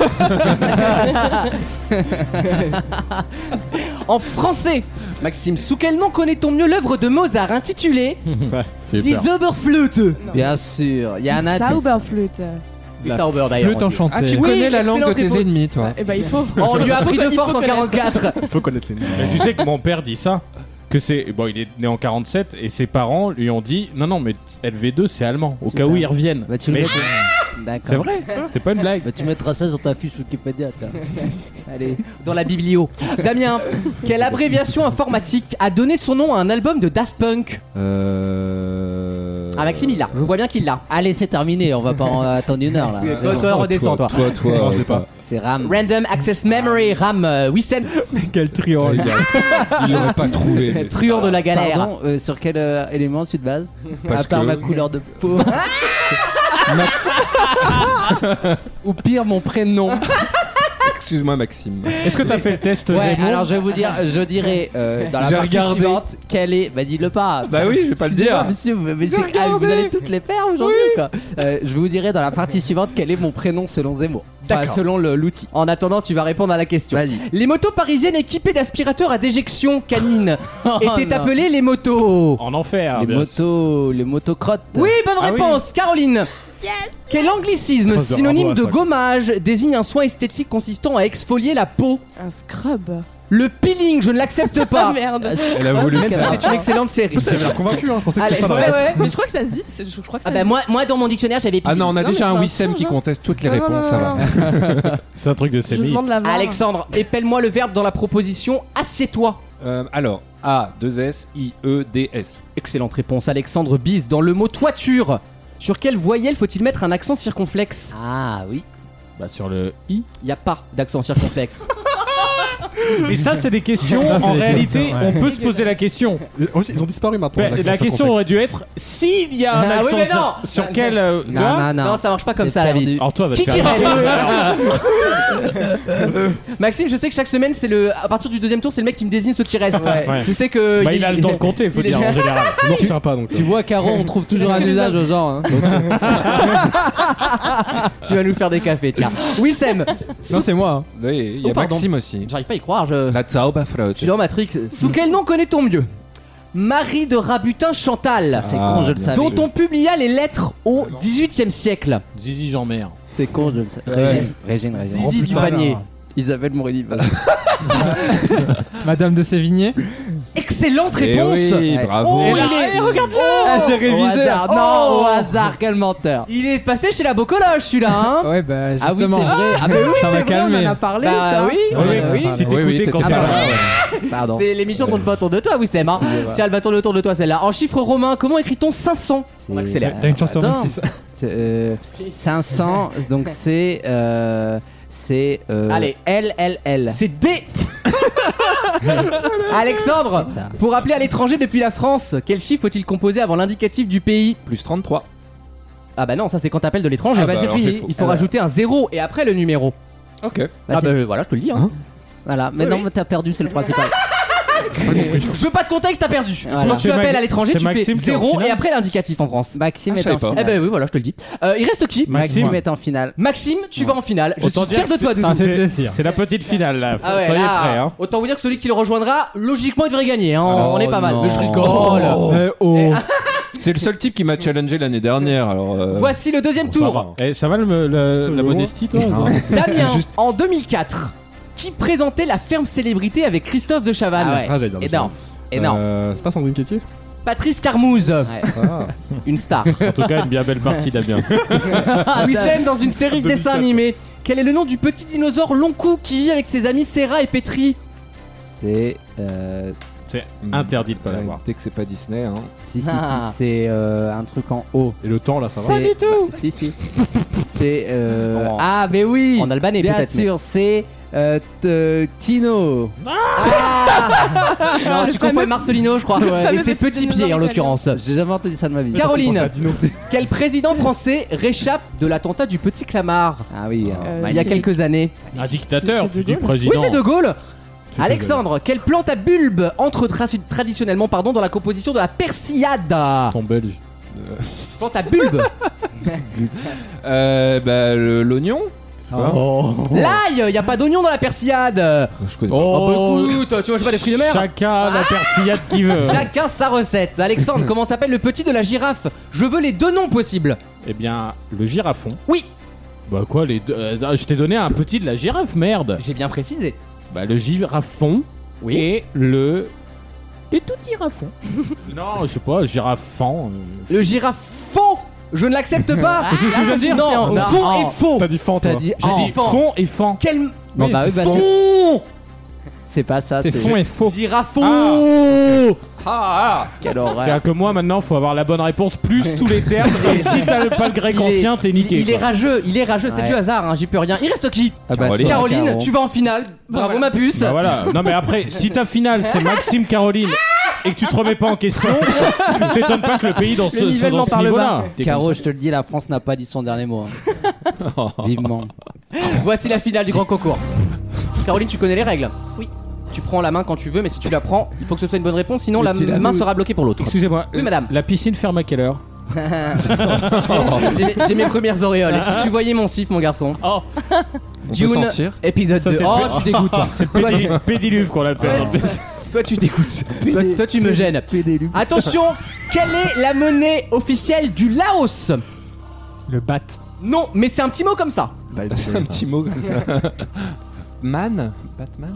En français Maxime, sous quel nom connaît-on mieux l'œuvre de Mozart intitulée Die Zauberflöte Bien sûr, il y a un indice. Zauberflûte. Sauber d'ailleurs. Flûte on dit. enchantée. Ah, tu Oui, connais la langue de excellente tes réponse. ennemis, toi. Eh ben il faut. Oh, on lui a appris de force en 44 Faut connaître les noms. Mais tu sais que mon père dit ça que c'est bon il est né en 47 et ses parents lui ont dit non non mais LV2 c'est allemand au cas où ils reviennent Bah, tu le Mais mets- je- D'accord. c'est vrai c'est pas une blague Bah, tu mettras ça sur ta fiche Wikipédia, tiens. Allez, dans la biblio. Damien, quelle abréviation informatique a donné son nom à un album de Daft Punk Euh. Ah Maxime il l'a, je vois bien qu'il l'a. Allez, c'est terminé, on va pas en attendre une heure là. Toi, toi, redescends toi. Toi, toi, Non, je sais ça. pas. C'est RAM. Random Access Memory RAM euh, Wissem, Quel Les triangle. gars, Il l'aurait pas trouvé. mais truand de la galère. Pardon, euh, sur quel euh, élément tu te bases Parce À part que- ma couleur de peau. Ou pire mon prénom. Excuse-moi, Maxime. est-ce que t'as fait le test Ouais, Zemmour alors je vais vous dire, je dirais euh, dans la J'ai partie regardé. suivante, quelle est. Bah dis-le pas. Bah oui, je vais pas le Excusez-moi, dire. Monsieur, mais- mais c'est- ah, vous allez toutes les faire aujourd'hui ou quoi Euh, Je vous dirai dans la partie suivante quel est mon prénom selon Zemmour. Enfin, D'accord. selon le- l'outil. En attendant tu vas répondre à la question. Vas-y. Les motos parisiennes équipées d'aspirateurs à déjection canine Oh, étaient non. appelées les motos. en enfer Les Ah, bien sûr. motos, les motocrottes. Oui, bonne Ah oui. réponse, Caroline. Quel anglicisme Trace de synonyme Rimbaud de à ça, quoi. gommage désigne un soin esthétique consistant à exfolier la peau Un scrub. Le peeling, je ne l'accepte Ah pas. merde. Elle a voulu. Même si c'est une excellente série. T'as l'air convaincu, hein, je pensais que Allez, c'était ça dans ouais, la ouais. Mais je crois que ça se dit. c'est- Je crois que ça Ah bah se moi, moi dans mon dictionnaire j'avais Ah non, on a Non, mais déjà je un fais un Wissem songe, qui hein. conteste toutes les Non, non, réponses, non, ça va. non. c'est un truc de dit. Je sémite demande la voir. Alexandre, épelle-moi le verbe dans la proposition assieds-toi. Euh, Alors, A, 2 S, I, E, D, S. Excellente réponse, Alexandre Bise. Dans le mot toiture, sur quelle voyelle faut-il mettre un accent circonflexe Ah oui. bah sur le i Il n'y a pas d'accent circonflexe. mais ça c'est des questions Ça, c'est en des réalité questions, ouais. on peut se poser la question liste. Ils ont disparu maintenant. Bah, l'accent la question circonflexe. aurait dû être s'il y a un Ah oui, accent mais sur- non sur quel euh, Non, toi non, non. non, ça marche pas comme C'est ça la vie. perdu. alors toi Bah, va te Qui qui faire reste Maxime, je sais que chaque semaine, c'est le, à partir du deuxième tour, c'est le mec qui me désigne ceux qui restent. Ouais. Tu sais que. bah, il a le temps de compter faut il est- dire en général Non, je tiens pas donc. Tu vois, Caro, on trouve toujours un Est-ce que les usage aux gens. hein. Tu vas nous faire des cafés, tiens. Oui, Sam, Non, c'est moi. Oui, il y a Oh, pardon. Maxime aussi. j'arrive pas à y croire. Je... La Je Zauberflaute. suis dans Matrix. Sous quel nom connaît-on mieux Marie de Rabutin Chantal, C'est con, je Ah, le savais. dont on publia les lettres au XVIIIe siècle. Zizi Jean-Mère C'est con, je le savais. Régine, Régine, Régine. Oh, Zizi du putain, panier. alors. Isabelle Morelli. voilà. Madame de Sévigné. Excellente Eh réponse oui, Eh Ouais. bravo. Oh, il est... Ah, c'est Au révisé. hasard, Oh non, au hasard, quel menteur. Il est passé chez la Bocoloche, celui-là, hein Ouais, bah Ah oui, c'est justement. vrai. Ah, bah oui, Ça c'est m'a vrai, calmé. On en a parlé. Bah tiens. oui, oui, ouais, oui, ouais, si oui, oui, t'écoutais quand t'étais t'étais pas là, là ouais. Pardon. C'est l'émission tourne pas autour de toi, Wissem. Hein. Tiens, elle va tourner autour de toi, celle-là. En chiffre romain, comment écrit-on 500 On accélère. T'as une chance sur Attends. 26. C'est, euh, 500, donc c'est. euh, c'est. euh, Allez. L, L, L. C'est D Alexandre, Putain. pour appeler à l'étranger depuis la France, quel chiffre faut-il composer avant l'indicatif du pays Plus 33. Ah bah non, ça c'est quand t'appelles de l'étranger. Ah bah, c'est alors, fini. c'est faux. Il faut rajouter un zéro et après le numéro. Ok. Bah, ah c'est- bah euh, voilà, je te le dis. Hein. Voilà, mais Oui, non, oui. mais t'as perdu, c'est le principal. Je veux pas de contexte, t'as perdu. Voilà. Quand tu C'est appelles Mag- à l'étranger, c'est tu fais Maxime qui est en zéro et finale. après l'indicatif en France. Maxime Ah, je est savais en pas. finale. Eh ben oui, voilà, je te le dis. Euh, il reste qui Maxime Maxime. est en finale. Maxime, tu vas en finale. Je Autant suis fier dire de que toi, c'est- Doudou. fait plaisir. C'est la petite finale là, Ah ouais, soyez là, prêts. Hein. Autant vous dire que celui qui le rejoindra, logiquement, il devrait gagner. hein. Oh On est pas mal. non. Mais je Oh rigole. Eh, oh. C'est le seul type qui m'a challengé l'année dernière. Alors, euh, Voici le deuxième tour. Eh, ça va le, le- la modestie toi Non, c'est- Damien, c'est juste- en 2004, qui présentait la ferme célébrité avec Christophe de Chavannes Ah ouais. Ah, j'allais Eh dire. ben, Énorme. Énorme. Euh, C'est pas Sandrine Quétier Patrice Carmouze, Ah. une star. En tout cas, une bien belle partie, Damien. Ah, Wissem dans une série de dessins 2004. animés. Quel est le nom du petit dinosaure long cou qui vit avec ses amis Serra et Petri C'est. euh, C'est interdit de pas l'avoir. Hmm. Dès que c'est pas Disney, hein. si, si, Ah. si, c'est euh, un truc en haut. Et le temps là, ça va Pas du tout. si, si. c'est. euh, Oh. Ah, mais oui. En albanais Bien peut-être. mais- sûr, c'est. euh, t- Tino. Ah Ah. Non, tu confonds avec Marcelino, je crois. Et fameux ses petit petits dinosaure pieds en italien. l'occurrence. J'ai jamais entendu ça de ma vie. C'est à Caroline, Dino. quel président français réchappe de l'attentat du petit Clamart Ah oui. euh, Euh, il y a c'est- quelques années Un dictateur, c'est De tu dis Gaulle président. Oui, c'est De Gaulle Alexandre, quelle plante à bulbe entre tra- traditionnellement pardon, dans la composition de la persillade Ton belge. Plante à bulbe Euh, bah, le- l'oignon Ah. Oh. L'ail Il a pas d'oignon dans la persillade Je connais Oh, bah écoute, tu vois, je pas des fruits de mer Chacun la persillade qui veut. Chacun sa recette. Alexandre, comment s'appelle le petit de la girafe Je veux les deux noms possibles. Eh bien, le girafon. Oui. Bah quoi, les deux euh, Je t'ai donné un petit de la girafe, merde. J'ai bien précisé. Bah le girafon Oui. et le. Le tout girafon. non, je sais pas, girafan. euh, Le girafe faux Je ne l'accepte pas C'est ce que je viens de dire. Non, Non. faux Non. et faux Ah, T'as dit fan, toi. T'as dit J'ai en. dit fond et fan. Quel Ah Non, bah oui, bah non. fond C'est pas ça. C'est t'es- fond et Oh. faux. Girafe Ah, ah. Quelle horreur. C'est-à-dire que moi maintenant faut avoir la bonne réponse plus tous les termes et si t'as pas le grec Il est- ancien t'es niqué. Il est quoi. rageux, il est rageux, c'est Ouais. du hasard, hein, j'y peux rien. Il reste qui Ah bah, Caroline. toi, Caroline, Caro. tu vas en finale. Bravo ma puce. Bah voilà. Non mais après si ta finale c'est Maxime Caroline et que tu te remets pas en question, t'étonnes pas que le pays dans ce, Le nivellement dans ce par le niveau-là. bas. T'es comme Caro, ça. je te le dis, la France n'a pas dit son dernier mot. hein. Vivement. Voici la finale du grand concours. Caroline, tu connais les règles Oui. Tu prends la main quand tu veux, mais si tu la prends, il faut que ce soit une bonne réponse, sinon la Est-il à main nous sera bloquée pour l'autre. Excusez-moi. Oui, madame. La piscine ferme à quelle heure J'ai j'ai mes premières auréoles. Et si tu voyais mon sif, mon garçon. Oh. On peut Dune, sentir. épisode Ça, 2. c'est Oh, le- tu dégoûtes. C'est le pédilu- pédiluve qu'on l'appelle. Toi, tu dégoûtes. toi, toi, tu me gênes. Attention, quelle est la monnaie officielle du Laos Le bat. Non, mais c'est un petit mot comme ça. Bah, C'est un petit mot comme ça. Man Batman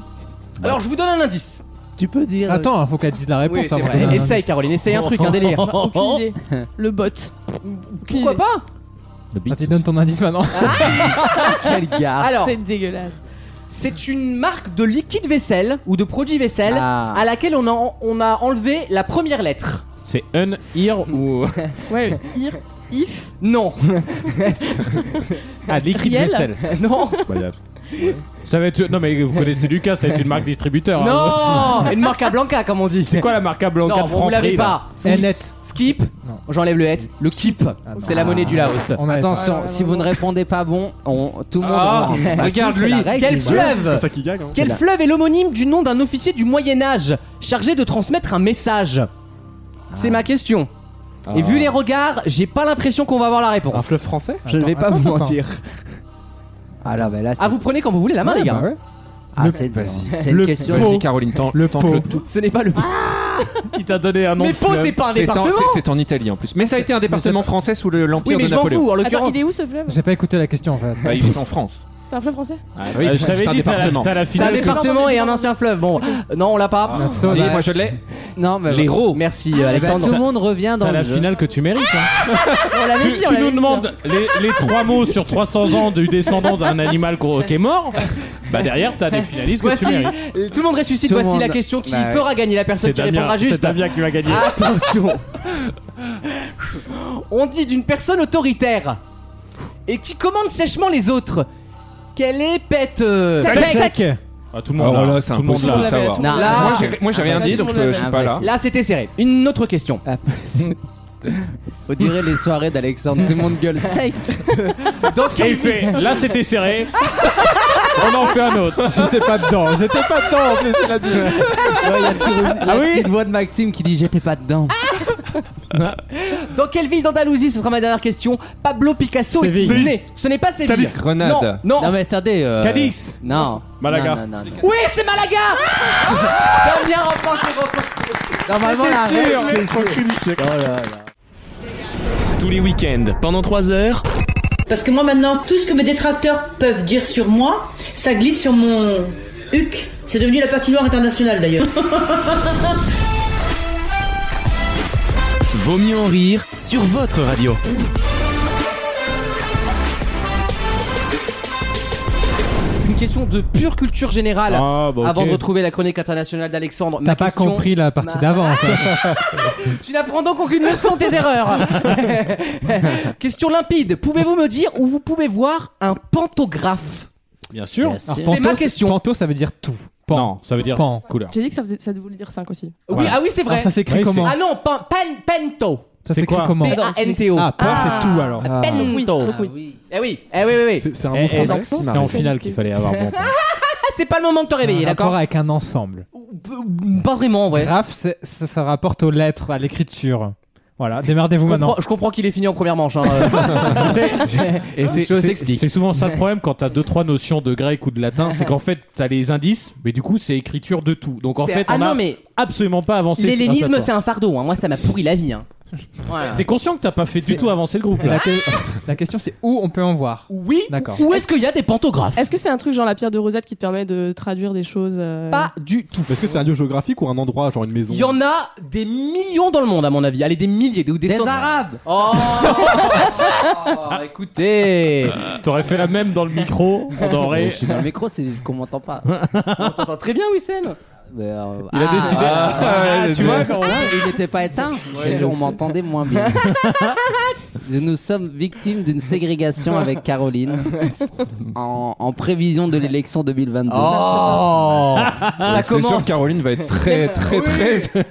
Alors, je vous donne un indice. Tu peux dire. euh, Attends, faut qu'elle dise la réponse. hein, Oui, c'est avant vrai. qu'on- Essaye, Caroline, essaye un truc, un délire. Aucune idée. Le bot. Pourquoi pas Ah, Vas-y, donne Ah, ton indice maintenant. Quel gars. Alors, Ah, C'est dégueulasse. c'est une marque de liquide vaisselle ou de produit vaisselle Ah. à laquelle on a, on a enlevé la première lettre. C'est un ear ou Ouais, ir, if, Non, ah liquide Riel vaisselle. non, Ça va être non mais vous connaissez Lucas, ça va être une marque distributeur. hein. non, une marque à Blanca comme on dit. C'est quoi la marque à blanc non, vous, vous l'avez pas. Skip, Net. skip. Non. j'enlève le S, le keep, c'est la monnaie du Laos. On avait pas. Attention, Ah, si non, vous non. ne répondez pas bon, on... tout le monde. Ah, Bah, regarde si, c'est la lui. règle. Quel Voilà. C'est comme fleuve ça qu'il gagne. hein. Quel la- fleuve est l'homonyme du nom d'un officier du Moyen Âge chargé de transmettre un message C'est ma question. Et vu les regards, j'ai pas l'impression qu'on va avoir la Un réponse. fleuve français Je ne vais pas Attends, vous attends, mentir. Ah là, bah là, Ah, vous prenez quand vous voulez la main, les gars. Ah, c'est c'est le une question. Ah, Vas-y, Caroline, tente le, tente le tout. Ce n'est pas le. Il t'a donné un nom. mais de faux, fleuve. c'est pas un C'est en, département. c'est- c'est en Italie en plus. Mais ça a été un département français sous le- Oui, l'empire mais de je m'en Napoléon. fous en Attends, l'occurrence. il est où ce fleuve J'ai pas écouté la question en fait. Bah, il est en France. C'est un fleuve français Ah, oui, je c'est t'avais un dit t'as la- département. t'as la C'est un finale. département et un ancien fleuve. Bon, euh, non, on l'a pas. La Si, sauce. moi je l'ai. Non, mais. L'héros. Merci euh, Bah, Alexandre. tout le monde revient dans T'as le la jeu. finale que tu mérites. hein. On Ah, l'avait Tu, dit, tu on l'avait nous dit, ça. demandes les, les trois mots sur 300 ans du descendant d'un animal qu'on- qui est mort. Bah derrière t'as des finalistes que Voici, tu mérites. euh, tout le monde ressuscite. Tout le Voici la monde. question qui Bah, ouais. fera gagner la personne C'est qui répondra Damien, c'est juste. Damien qui va gagner. Attention. On dit d'une personne autoritaire et qui commande sèchement les autres qu'elle est pète. euh, Sec. sec. Ah, tout le monde Alors là, Oh là, c'est tout le monde impossible là. de savoir. Non, Là. Moi, j'ai- Moi j'ai Ah, rien bah, dit tout donc le monde je l'a je suis fait. pas là. Là, c'était serré. Une autre question. Ah, On dirait les soirées d'Alexandre, tout le monde gueule sec. Dans Et il quelle fait là c'était serré. On en fait un autre. J'étais pas dedans, j'étais pas dedans en plus, il a dit. Il y a toujours une la Ah oui petite voix de Maxime qui dit j'étais pas dedans. Dans quelle ville d'Andalousie, ce sera ma dernière question, Pablo Picasso est Séville. né Ce n'est pas Séville. Cadix. Grenade. Non, non. Non mais attendez. euh, Cadix. Non. Malaga. Non, non, non, non. Oui, c'est Malaga Damien remporte le grand concours. Normalement la règle c'est Tous les week-ends, pendant 3 heures. Parce que moi maintenant, tout ce que mes détracteurs peuvent dire sur moi, ça glisse sur mon huc. C'est devenu la patinoire internationale d'ailleurs. Vaut mieux en rire sur votre radio. Une question de pure culture générale. Ah, bah, ok. Avant de retrouver la chronique internationale d'Alexandre, T'as ma pas question- compris la partie Ma- d'avant en fait. Tu n'apprends donc aucune leçon des erreurs. question limpide. Pouvez-vous me dire où vous pouvez voir un pantographe Bien sûr. Yes. C'est ma question. Panto, ça veut dire tout. Pan. Non, ça veut dire Eh, Pan. couleur. J'ai dit que ça, faisait, ça voulait dire 5 aussi. Oui, Voilà. ah oui, c'est vrai. Alors, ça s'écrit Oui, comment Ah non, pan- pan- pento. Ça C'est s'écrit quoi comment P-A-N-T-O. Ah, pan, c'est tout alors. Pento. Donc oui. Eh oui, eh oui, oui, oui. C'est c'est un Eh, mot eh, français C'est en finale qu'il fallait avoir bon. Ah, c'est pas le moment de te réveiller, Un rapport d'accord avec un ensemble. Pas vraiment, en vrai. Graph, c'est- ça, ça rapporte aux lettres, à l'écriture. Voilà, démerdez-vous Je maintenant. comprends, je comprends qu'il est fini en première manche. hein, euh. Et c'est- chose c'est- s'explique. C'est souvent ça le problème quand t'as deux trois notions de grec ou de latin, c'est qu'en fait t'as les indices, mais du coup c'est écriture de tout. Donc en C'est- fait ah on non, a mais absolument pas avancé. sur l'hellénisme, ça, c'est toi. un fardeau. hein. Moi, ça m'a pourri la vie. hein. Voilà. T'es conscient que t'as pas fait C'est- du tout avancer le groupe là. La, que- la question, c'est où on peut en voir Oui. D'accord. Où est-ce qu'il y a des pantographes Est-ce que c'est un truc genre la pierre de Rosette qui te permet de traduire des choses euh, Pas du tout. Est-ce que c'est un lieu géographique ou un endroit, genre une maison Il y en a des millions dans le monde, à mon avis. Allez, des milliers, des, ou des, Des centaines. Arabes Oh, Écoutez T'aurais fait la même dans le micro, on aurait. Je suis dans le micro, c'est qu'on m'entend pas. On t'entend très bien, Wissem Il Il a décidé. Ah, tu vois, quand on- il n'était pas éteint. J'ai- on m'entendait moins bien. Nous sommes victimes d'une ségrégation avec Caroline en, en prévision de l'élection 2022. Oh Ça C'est sûr, commence Caroline va être très, très, très.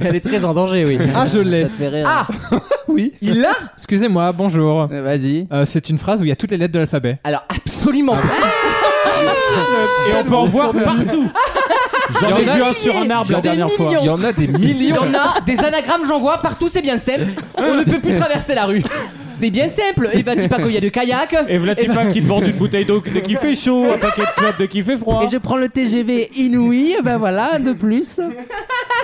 Elle est très en danger, oui. Ah, je l'ai. Ça te fait rire. Ah Oui. Il l'a Excusez-moi, bonjour. Euh, Vas-y. Euh, c'est une phrase où il y a toutes les lettres de l'alphabet. Alors, absolument pas. Et on peut en voir partout. J'en ai vu un sur un arbre la dernière fois. Il y en a des Il y millions. en a des anagrammes, j'en vois partout, c'est bien simple. On ne peut plus traverser la rue. C'est bien simple. Et vas-y pas qu'il y a de kayak. Et Vlatipa qui te vend une bouteille d'eau dès qu'il fait chaud, un paquet de clopes dès qu'il fait froid. Et je prends le TGV inouï, ben voilà, de plus.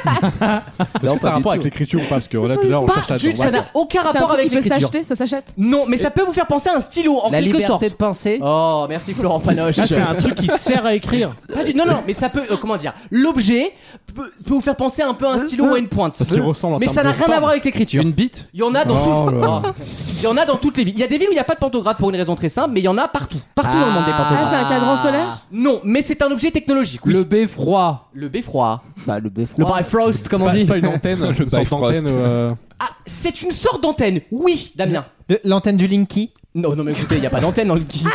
Est-ce que ça a un rapport avec l'écriture ou pas Parce que là, depuis là, on cherche Pas à du tout. Ça n'a aucun C'est un rapport truc avec qui peut l'écriture. s'acheter, ça s'achète. Non, mais ça peut vous faire penser à un stylo en La quelque liberté sorte. de penser. Oh, merci Florent Panoche. Ah, c'est un truc qui sert à écrire. Pas du- Non, non, mais ça peut. euh, comment dire L'objet peut, peut vous faire penser un peu à un stylo ou à une pointe. Parce qu'il ressemble en Mais termes ça n'a de rien à forme. voir avec l'écriture. Une bite Il y en a dans Oh tout- là. Oh. Il y en a dans toutes les villes. Il y a des villes où il n'y a pas de pantographe pour une raison très simple, mais il y en a partout. Partout dans le monde des Ah, pantographes. c'est un cadran solaire Non, mais c'est un objet technologique. oui. Le beffroi. Le beffroi. Bah, le beffroi. Le Bifrost, comme on C'est dit. pas une antenne, une sorte Bifrost. d'antenne, euh, Ah, c'est une sorte d'antenne. Oui, Damien. Le- L'antenne du Linky. Non, non, mais écoutez, il n'y a pas d'antenne dans le qui. Un,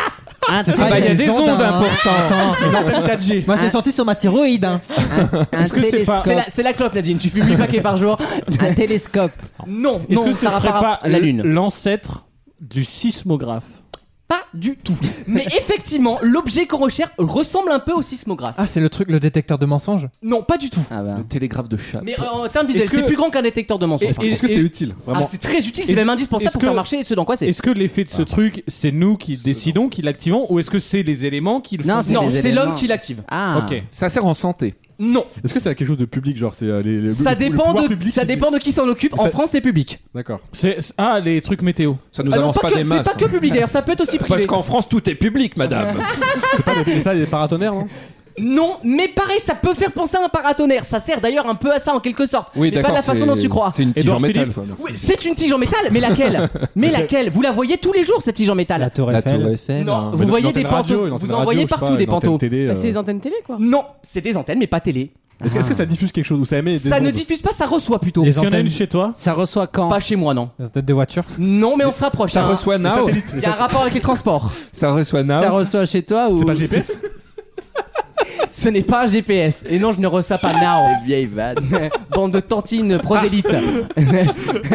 Ah, Bah, il y a des ondes hein. importantes. Moi, Un- c'est sorti sur ma thyroïde. hein. un que c'est pas- télescope. C'est la, c'est la clope, Nadine. Tu fumes 8 paquets par jour. Un Ah, télescope. Non, Est-ce non, que ce ça serait rappara- pas la Lune. l'ancêtre du sismographe Pas du tout. Mais effectivement, l'objet qu'on recherche ressemble un peu au sismographe. Ah, c'est le truc, le détecteur de mensonges Non, pas du tout. Ah bah. Télégraphe de chat. Mais euh, en termes visuels, Est-ce que- c'est plus grand qu'un détecteur de mensonges. Est-ce- par contre. Est-ce que Et- c'est utile Ah, Vraiment c'est très utile, c'est Est-ce- même indispensable est-ce pour faire que- marcher ce dans quoi c'est. Est-ce que l'effet de ce truc, Ah. c'est nous qui décidons, qui l'activons, ou est-ce que c'est les éléments qui le font Non, c'est Non, des c'est éléments. l'homme qui l'active. Ah. Ok. Ça sert en santé. Non, Est-ce que c'est quelque chose de public Genre, c'est euh, les. les- ça le- le dépend pouvoir de public ça qui- dépend de qui s'en occupe. En Ça- France, c'est public. D'accord. C'est- c'est- Ah, les trucs météo. Ça nous Ah non, avance pas, que- des c'est masses. pas que public d'ailleurs, ça peut être aussi Parce privé. qu'en France, tout est public, madame. C'est pas des- c'est pas des paratonnerres, non Non, mais pareil, ça peut faire penser à un paratonnerre. Ça sert d'ailleurs un peu à ça en quelque sorte. Oui, mais pas de la façon dont tu crois. C'est une tige Edouard en métal. Philippe. quoi, merci. Oui, c'est une tige en métal, mais laquelle Mais laquelle Vous la voyez tous les jours cette tige en métal. tour La tour Eiffel. Non, hein. vous Une voyez antenne des radio, une pantos. antenne Vous en radio, voyez je sais partout pas, des une antenne pantos. télé, Bah, euh, C'est les antennes télé quoi. Non, c'est des antennes, mais pas télé. Est-ce que- est-ce que ça diffuse quelque chose ou ça émet des Ça ne ondes diffuse pas, ça reçoit plutôt. Les Est-ce qu'il y en a antennes. une chez toi Ça reçoit quand Pas chez moi, non. Les antennes de voiture. Non, mais on se rapproche. Ça hein. reçoit Now. Il y a un rapport avec les transports. Ça reçoit Ça Now. reçoit chez toi ou C'est pas GPS Ce n'est pas un GPS. Et non, je ne reçois pas Now. vieille vanne Bande de tantines prosélytes.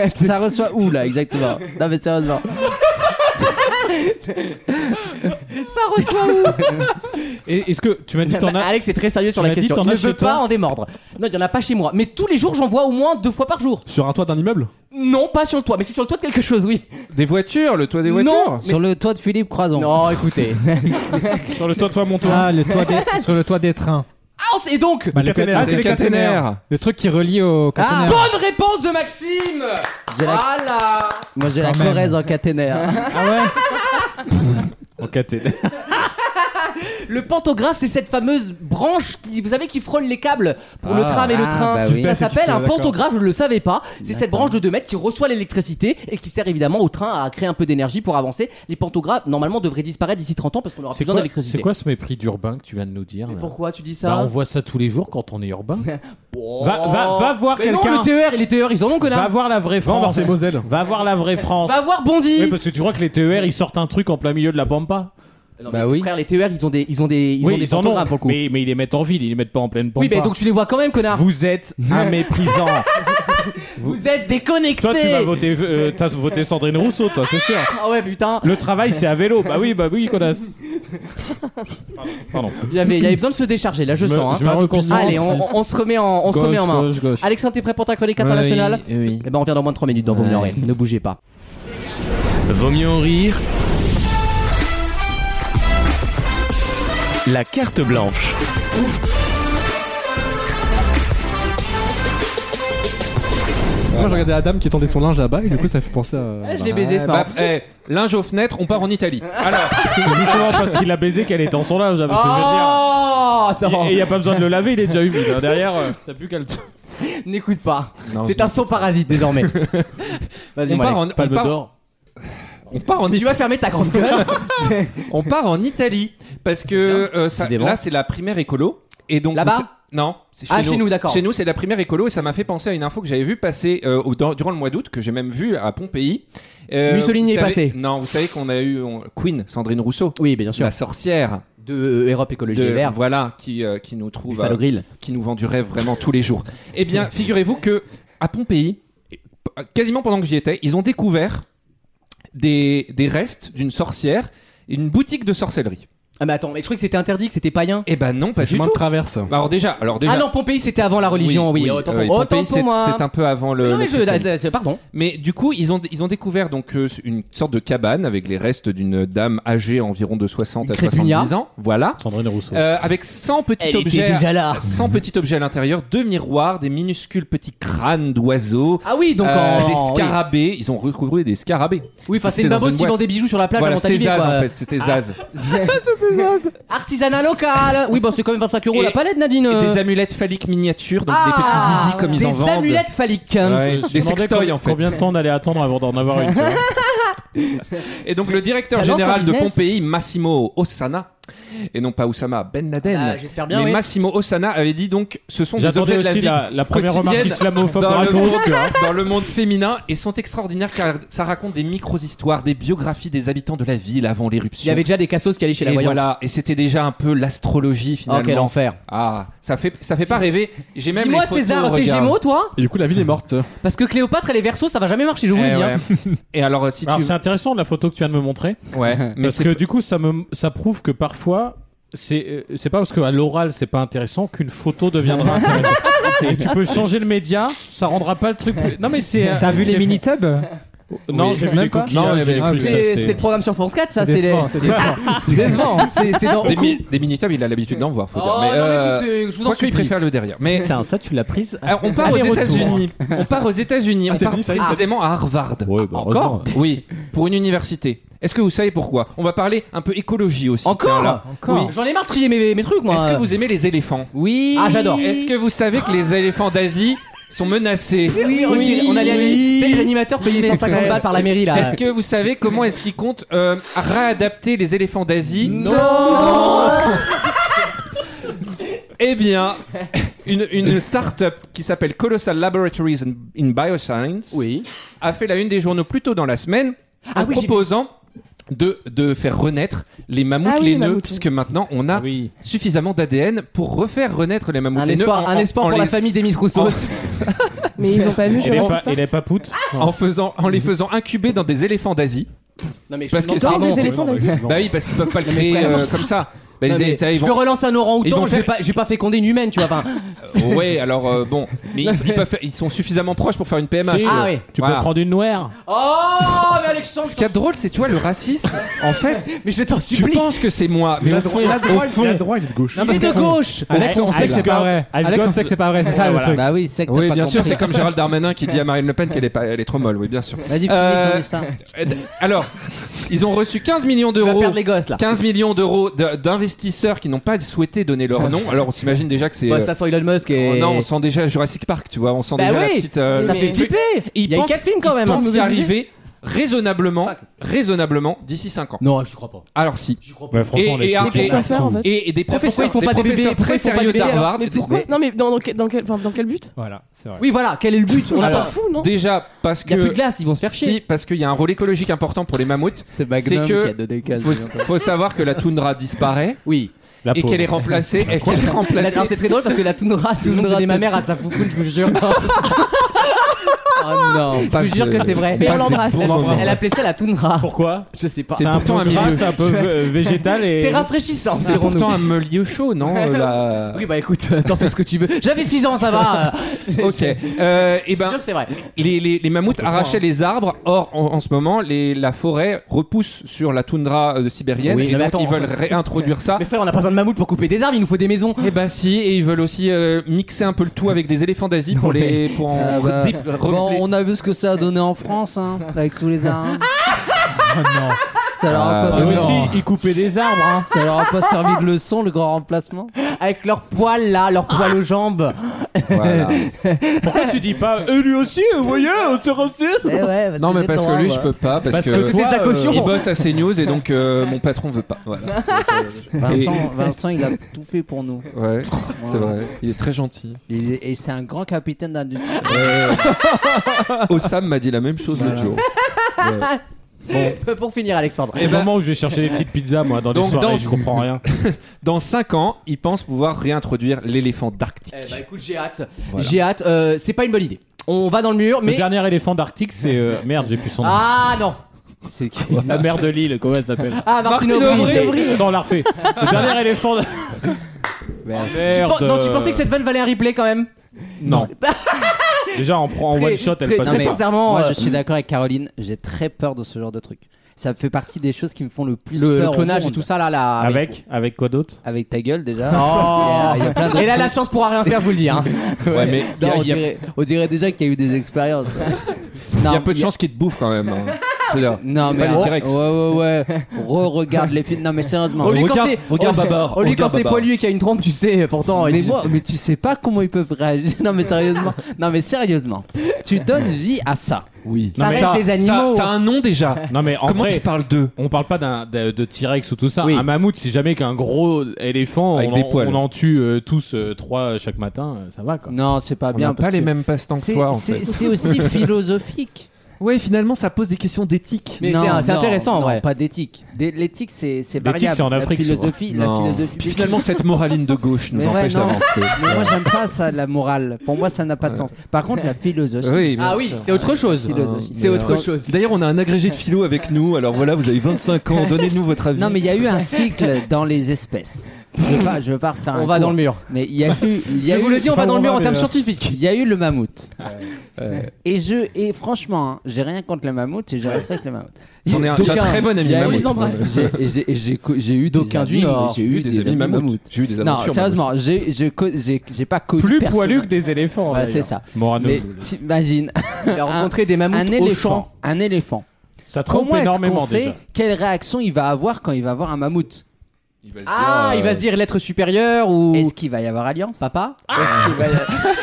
Ça reçoit où là exactement Non mais sérieusement. ça reçoit où Et Est-ce que tu m'as dit t'en as Alex est très sérieux sur Tu la m'as dit, question. t'en Il ne as chez veut pas toi en démordre. Non, il n'y en a pas chez moi. Mais tous les jours, j'en vois au moins deux fois par jour. Sur un toit d'un immeuble Non, pas sur le toit. Mais c'est sur le toit de quelque chose, oui. Des voitures, le toit des Non. voitures. Mais Sur le toit de Philippe Croison. Non, écoutez. sur le toit toi mon toit Ah, le toit des- sur le toit des trains. Ah, et donc, Bah, le, Ah, c'est Des les caténaires. le truc qui relie au Ah, caténaire. bonne réponse de Maxime Ah, J'ai la- Voilà Moi j'ai la Quand même. Corrèze en caténaire. Ah. Ah En caténaire. Le pantographe, c'est cette fameuse branche qui, vous savez, qui frôle les câbles pour le Ah, tram et le ah, train. bah oui. Ça s'appelle un d'accord. pantographe, je ne le savais pas. C'est cette branche de 2 mètres qui reçoit l'électricité et qui sert évidemment au train à créer un peu d'énergie pour avancer. Les pantographes, normalement, devraient disparaître d'ici 30 ans parce qu'on aura C'est plus besoin quoi, d'électricité. c'est quoi ce mépris d'urbain que tu viens de nous dire Mais là Pourquoi tu dis ça Bah, on voit ça tous les jours quand on est urbain. Oh. Va- va- va voir Mais non, quelqu'un. le TER, les TER, ils en ont que Va là. Bah voir la vraie Non, France. c'est Moselle. Va voir la vraie France. Va voir Bondy. E Oui, parce que tu crois que les TER ils sortent un truc en plein milieu de la pampa. Non, Bah mais oui. Frère, les TER, ils ont des, ils ont des, ils Oui, ont des ils en ont, pantographes, pour le coup. mais, mais ils les mettent en ville, ils les mettent pas en pleine pampa. oui, mais donc tu les vois quand même, connard. Vous, Vous êtes un méprisant. êtes déconnectés. toi, tu vas voter, euh, t'as voté Sandrine Rousseau, toi, c'est sûr. Ah ouais, putain. Le travail, c'est à vélo. Bah oui, bah oui, connasse. Pardon. Il y avait, il y avait besoin de se décharger. Là, je, me- sens. je hein. me Pas reconcentre. d'opinion. Allez, on, on se remet en, on se remet en main. Gauche, gauche, gauche. Alexandre, t'es prêt pour ta chronique internationale Oui, oui. Eh ben, on revient dans moins de 3 minutes dans Vos mieux en rire. Ne bougez pas. Vaut mieux en rire. La carte blanche. Moi, je regardais la dame qui tendait son linge là-bas et du coup, ça fait penser à. Je l'ai baisé ce matin. eh, linge aux fenêtres, on part en Italie. Alors, C'est justement parce qu'il a baisé qu'elle est en son linge. hein, parce que je veux Oh dire. non, Et il n'y a pas besoin de le laver, il est déjà humide. hein. Derrière, euh, t'as plus qu'à le. N'écoute pas. C'est un son parasite désormais. Vas-y, on moi, part Alex. en, on part- on part en Tu vas fermer ta grande gueule. On part en Italie parce que euh, ça- Décidément. là c'est la primaire écolo et donc Là-bas c'est- non, c'est chez Ah, nous. chez nous, d'accord. Chez nous, c'est la primaire écolo et ça m'a fait penser à une info que j'avais vue passer euh, au- dans- durant le mois d'août que j'ai même vue à Pompéi. Euh, Mussolini vous est savez- passé. Non, vous savez qu'on a eu on- Queen, Sandrine Rousseau, Oui, bien sûr. la sorcière Bah, De euh, Europe Écologie de- Les Verts. voilà qui euh, qui nous trouve Buffalo euh, Grill. qui nous vend du rêve vraiment tous les jours. Eh bien, figurez-vous que à Pompéi, quasiment pendant que j'y étais, ils ont découvert des, des restes d'une sorcière, une boutique de sorcellerie. Ah, mais attends, mais je crois que c'était interdit, que c'était païen. Eh ben non, pas du Chemin tout. de traverse. Bah Alors déjà, alors déjà. Ah non, Pompéi, c'était avant la religion, oui. Autant pour- oui, autant Pompéi, pour c'est- moi. hein. C'est un peu avant le. Non, mais le je. christianisme. euh, c'est- Pardon. Mais du coup, ils ont ils ont découvert donc euh, une sorte de cabane avec les restes d'une dame âgée environ de 60 à Une crépugna. 70 ans. Voilà. Sandrine Rousseau. Euh, avec 100 petits Elle objets. était déjà là. 100 petits objets à l'intérieur, deux miroirs, des minuscules petits crânes d'oiseaux. Ah oui, donc euh, en. des oui. scarabées, ils ont retrouvé des scarabés. Oui, enfin, c'est C'était une dans babose une qui boîte. vend des bijoux sur la plage voilà, à c'était Montalivet, Zaz quoi. Ah, en fait, c'était Zaz. Artisanat local. Oui, bon, c'est quand même 25 euros Et- la palette, Nadine. Et euh. des amulettes phalliques miniatures, donc des petits Ah, zizi comme ils en vendent. Des amulettes phalliques. Ouais, Je me des demandais sextoys com- en fait. Combien de temps on allait attendre avant d'en avoir une tu vois Et donc le directeur Ça lance un général de business. Pompéi, Massimo Osana, et non pas Oussama Ben Laden, Ah, J'espère bien, mais oui. Massimo Osana avait dit donc ce sont des J'attendais objets de la aussi vie la, la première remarque quotidienne islamophobe dans le, gratos, monde, tu vois. dans le monde féminin et sont extraordinaires car ça raconte des micro-histoires, des biographies des habitants de la ville avant l'éruption. Il y avait déjà des cassos qui allaient chez la et voyante. voilà, et c'était déjà un peu l'astrologie Oh, quel finalement. enfer. ah, ça fait ça fait pas rêver. J'ai même Dis-moi les photos, César, t'es regarde. Gémeaux toi Et du coup, la ville est morte. Parce que Cléopâtre et les Verseaux ça va jamais marcher, je Eh vous le dis. ouais. hein. Et alors euh, si Alors, tu c'est intéressant la photo que tu viens de me montrer. ouais, mais parce c'est que du coup, ça, me, ça prouve que parfois, c'est euh, c'est pas parce qu'à l'oral, c'est pas intéressant qu'une photo deviendra intéressante. Et tu peux changer le média, ça rendra pas le truc. plus- Non, mais c'est. euh, T'as vu c'est- les Minitubs Non, Oui. j'ai vu Même les pas cookies. Non, mais j'ai ah, cru, C'est ça, c'est- c'est le programme sur France 4, ça. C'est les. décevant, c'est décevant. C'est décevant. C'est c'est dans. des, mi- des Minitubs, il a l'habitude d'en voir, faut Oh, dire. non, Mais, mais euh, écoute, euh, je vous en Quoi qu'il supplie. préfère le derrière. Mais Tiens, ça, tu l'as prise. alors, on part aux Aller-retour. États-Unis. On part aux États-Unis. Ah, on c'est part fini, ça y est, c'est- précisément à Harvard. Ouais, bah, Encore Oui, pour une université. Est-ce que vous savez pourquoi On va parler un peu écologie aussi. tiens, Encore là. Encore J'en ai marre de trier mes mes trucs, moi. Est-ce que vous aimez les éléphants Oui. Ah, j'adore. Est-ce que vous savez que les éléphants d'Asie sont menacés Oui, retirez- on allait aller. Tu sais, les animateurs payés 150 balles par la mairie là. Est-ce que vous savez comment est-ce qu'ils comptent euh, réadapter les éléphants d'Asie Non Eh bien, une, une start-up qui s'appelle Colossal Laboratories in, in Bioscience Oui. a fait la une des journaux plus tôt dans la semaine Ah en oui, j'ai vu. proposant de, de faire renaître les mammouths Ah oui, les laineux, mammouths. puisque maintenant on a Oui. suffisamment d'ADN pour refaire renaître les mammouths Ah Un laineux espoir, en- un en- espoir en pour la les- famille d'Emis Rousseau. Mais ils ont pas vu, Et je les, pense pa- pas. et les papoutes en, faisant, en les faisant incuber dans des éléphants d'Asie. Non mais je Parce que non, c'est- pardon, Des c'est- éléphants d'Asie. Bah oui, parce qu'ils peuvent pas le créer frère, euh, non. comme ça. Bah, Non, ils- mais ça, ils je vont- te relance un Ils orang-outan, vont je vais faire- pas, je vais pas féconder une humaine, tu vois. Enfin, Euh, ouais, alors euh, bon, mais ils, ils peuvent faire- ils sont suffisamment proches pour faire une PMA. Si. je trouve. Ah oui. euh, Tu Voilà. peux prendre une noire oh, mais Alexandre, Ce qu'il y a de drôle, c'est tu vois le racisme. En fait, mais je t'en tu supplie. penses que c'est moi, mais Il a au droit, fond, il a droit, au il a fond- droit, il est de gauche. Il est de gauche. Alex, on I've sait que c'est got- pas vrai. I've Alex, on got- sait que c'est pas vrai, c'est ça le Voilà. truc. Bah oui, c'est que t'as Oui, pas bien sûr, compris. c'est comme Gérald Darmanin qui dit à Marine Le Pen qu'elle est, pas- elle est trop molle. Oui, bien sûr. Vas-y, finis Euh, ton destin. Euh, d- Alors, ils ont reçu 15 millions Tu vas d'euros. perdre les gosses là. 15 millions d'euros d- d'investisseurs qui n'ont pas souhaité donner leur nom. Alors, on s'imagine déjà que c'est. Bah, euh, ça sent Elon Musk et. oh non, on sent déjà Jurassic Park, tu vois. On sent Bah déjà la oui. petite. euh, Ça le fait truc. flipper. Et Il y a eu pensent- quatre films quand même. Ils pensent y arriver raisonnablement, Cinq. raisonnablement d'ici 5 ans. Non, je crois pas. Alors si. J'y crois Ouais, pas. franchement, Et- les et foutus, arrêtez- ils sont Faire, en fait. Et, et des Bah, Pourquoi professeurs, ils font des pas des professeurs bébés Pourquoi très ils font pas des sérieux bébés, alors d'Harvard. Mais pourquoi mais Non, mais dans, dans quel, dans, quel, enfin, dans quel but Voilà, c'est vrai. Oui, voilà, quel est le but On On s'en s'en fout. fout, non Déjà parce Il y a plus de que glace, ils vont se faire si chier. parce qu'il y a un rôle écologique important pour les mammouths. C'est Magnum C'est que qui a donné Il casse. faut, faut savoir que la toundra disparaît Oui. La et pauvre. qu'elle est remplacée. et qu'elle est Ah, La- alors, remplacée. c'est très drôle parce que la toundra, c'est le nom que donnait ma mère à sa foufoune, je vous jure. Ah Oh non. Je vous jure que c'est vrai. Mais on Elle- l'embrasse. Elle, elle appelait ça la toundra. Pourquoi Je sais pas. C'est un pourtant peu un gras, milieu. c'est un peu euh, végétal et. C'est rafraîchissant, C'est dirons-nous. pourtant un milieu chaud, non euh, la- Oui, bah écoute, t'en fais ce que tu veux. J'avais 6 ans, ça va. Ok. Euh, et Je suis ben, sûr que c'est vrai. les, les- les mammouths arrachaient hein. les arbres. Or, en, en ce moment, les- la forêt repousse sur la toundra euh, sibérienne. Oui, et mais donc, attends. ils veulent réintroduire ça. Mais frère, on a pas besoin de mammouth pour couper des arbres, il nous faut des maisons. Eh ben si, et ils veulent aussi euh, mixer un peu le tout avec des éléphants d'Asie pour les pour en Ah bah, dé- Bon, replier. on a vu ce que ça a donné en France, hein, avec tous les armes. Ça leur a Ah, pas Eux donné. aussi, ils coupaient des arbres. hein. Ça leur a pas servi de leçon, le grand remplacement. Ah. Avec leurs poils là, leurs poils aux jambes. Voilà. Pourquoi tu dis pas eux lui aussi, vous voyez, on se raciste Eh Non mais parce que lui je peux pas parce, Parce que, que C'est Toi, sa euh, caution. il bosse à CNews et donc euh, mon patron veut pas. Voilà. Vincent, Vincent, il a tout fait pour nous. Ouais, c'est vrai. Il est très gentil. Il est- et c'est un grand capitaine d'industrie. Euh, Osam m'a dit la même chose Voilà. l'autre jour. pour finir, Alexandre. euh, Au moment où je vais chercher des petites pizzas, moi, dans Donc, les soirées, dans- je comprends rien. Dans 5 ans, il pense pouvoir réintroduire l'éléphant d'Arctique. Eh bah écoute, j'ai hâte. Voilà. J'ai hâte. euh, c'est pas une bonne idée. On va dans le mur, Le mais. dernier éléphant d'Arctique, c'est. euh, Merde, j'ai plus son nom. Ah non C'est qui La mère de Lille, comment elle s'appelle Ah, Martine Martine Aubry. Aubry. Attends, on la refait. Le dernier éléphant. d- Merde. Oh, Tu, merde. pen- non, tu pensais que cette vanne valait un replay quand même Non. Déjà, on prend en Très- one shot, elle très- passe très pas. sincèrement, Moi, euh, je suis d'accord avec Caroline, j'ai très peur de ce genre de truc. Ça fait partie des choses qui me font le plus le, peur. le au clonage et monde. tout ça là, là Avec Avec quoi d'autre Avec ta gueule déjà. Oh Il y a- il y a plein d'autres Et là, la chance pourra rien faire, je vous le dis. hein. Ouais, mais il y, Non, a- on, il y a- dirait, on dirait déjà qu'il y a eu des expériences. il y Non, a peu de il y a- chances qu'il te bouffe quand même. hein. C'est-à-dire, Non c'est mais pas les T-Rex. ouais ouais ouais re-regarde les films non mais sérieusement Au lieu quand regarde- c'est- regarde au- Babar, Au lieu quand regarde c'est Babar. poilu et qu'il y a une trompe, tu sais, pourtant. il mais est- moi mais tu sais pas comment ils peuvent réagir non mais sérieusement non mais sérieusement tu donnes vie à ça Oui. Ça reste des animaux. Ça, ça a un nom déjà. Non, mais en Comment vrai, tu parles d'eux on parle pas d'un- de, de T-Rex ou tout ça. Oui. Un mammouth, c'est jamais qu'un gros éléphant. Avec on, des en, poils. on en tue euh, tous euh, trois chaque matin, euh, ça va quoi. non c'est pas On bien n'a parce pas les que mêmes passe-temps que c'est toi hein. en c'est- fait. c'est aussi philosophique Ouais, finalement, ça pose des questions d'éthique. Mais Non, c'est un- c'est non, intéressant, en non, vrai. pas d'éthique Des- l'éthique c'est c'est L'éthique, variable. c'est en Afrique, la souvent. philosophie la Non. philosophie Puis finalement, cette moraline de gauche nous Mais ouais, empêche non. d'avancer. mais moi j'aime pas ça la morale pour moi ça n'a pas de sens par contre la philosophie Oui, bien Ah sûr. oui, c'est autre chose. Philosophie. C'est autre chose. Hein, D'ailleurs, on a un agrégé de philo avec nous. Alors voilà, vous avez 25 ans. Donnez-nous votre avis. Non, mais il y a eu un cycle dans les espèces. Je veux pas, je veux pas refaire un On va cours, dans le mur. Mais il y a eu. il y Je a vous eu- le dis, on va dans le mur en termes mais, euh, scientifiques. Il y a eu le mammouth. Et je et franchement, hein, j'ai rien contre le mammouth et je respecte le mammouth. On est un, j'ai un D'aucuns. très bon ami Il y a eu- mammouth. les embrasse. J'ai- et j'ai- et j'ai co- J'ai eu des D'aucuns du amis, Nord. J'ai eu des amis mammouth. J'ai eu des Non, aventures. sérieusement, j'ai je co- j'ai- j'ai pas connu Plus personne. poilu que des éléphants. Ouais, d'ailleurs. c'est ça. Morano. Mais t'imagines Il a rencontré des mammouths au un champ. éléphant, un éléphant. Ça trompe Comment est-ce qu'on énormément sait déjà. quelle réaction il va avoir quand il va voir un mammouth mammouth. Ah, il va se dire l'être supérieur ou. Est-ce qu'il va y avoir alliance Ah Papa Est-ce qu'il va y avoir-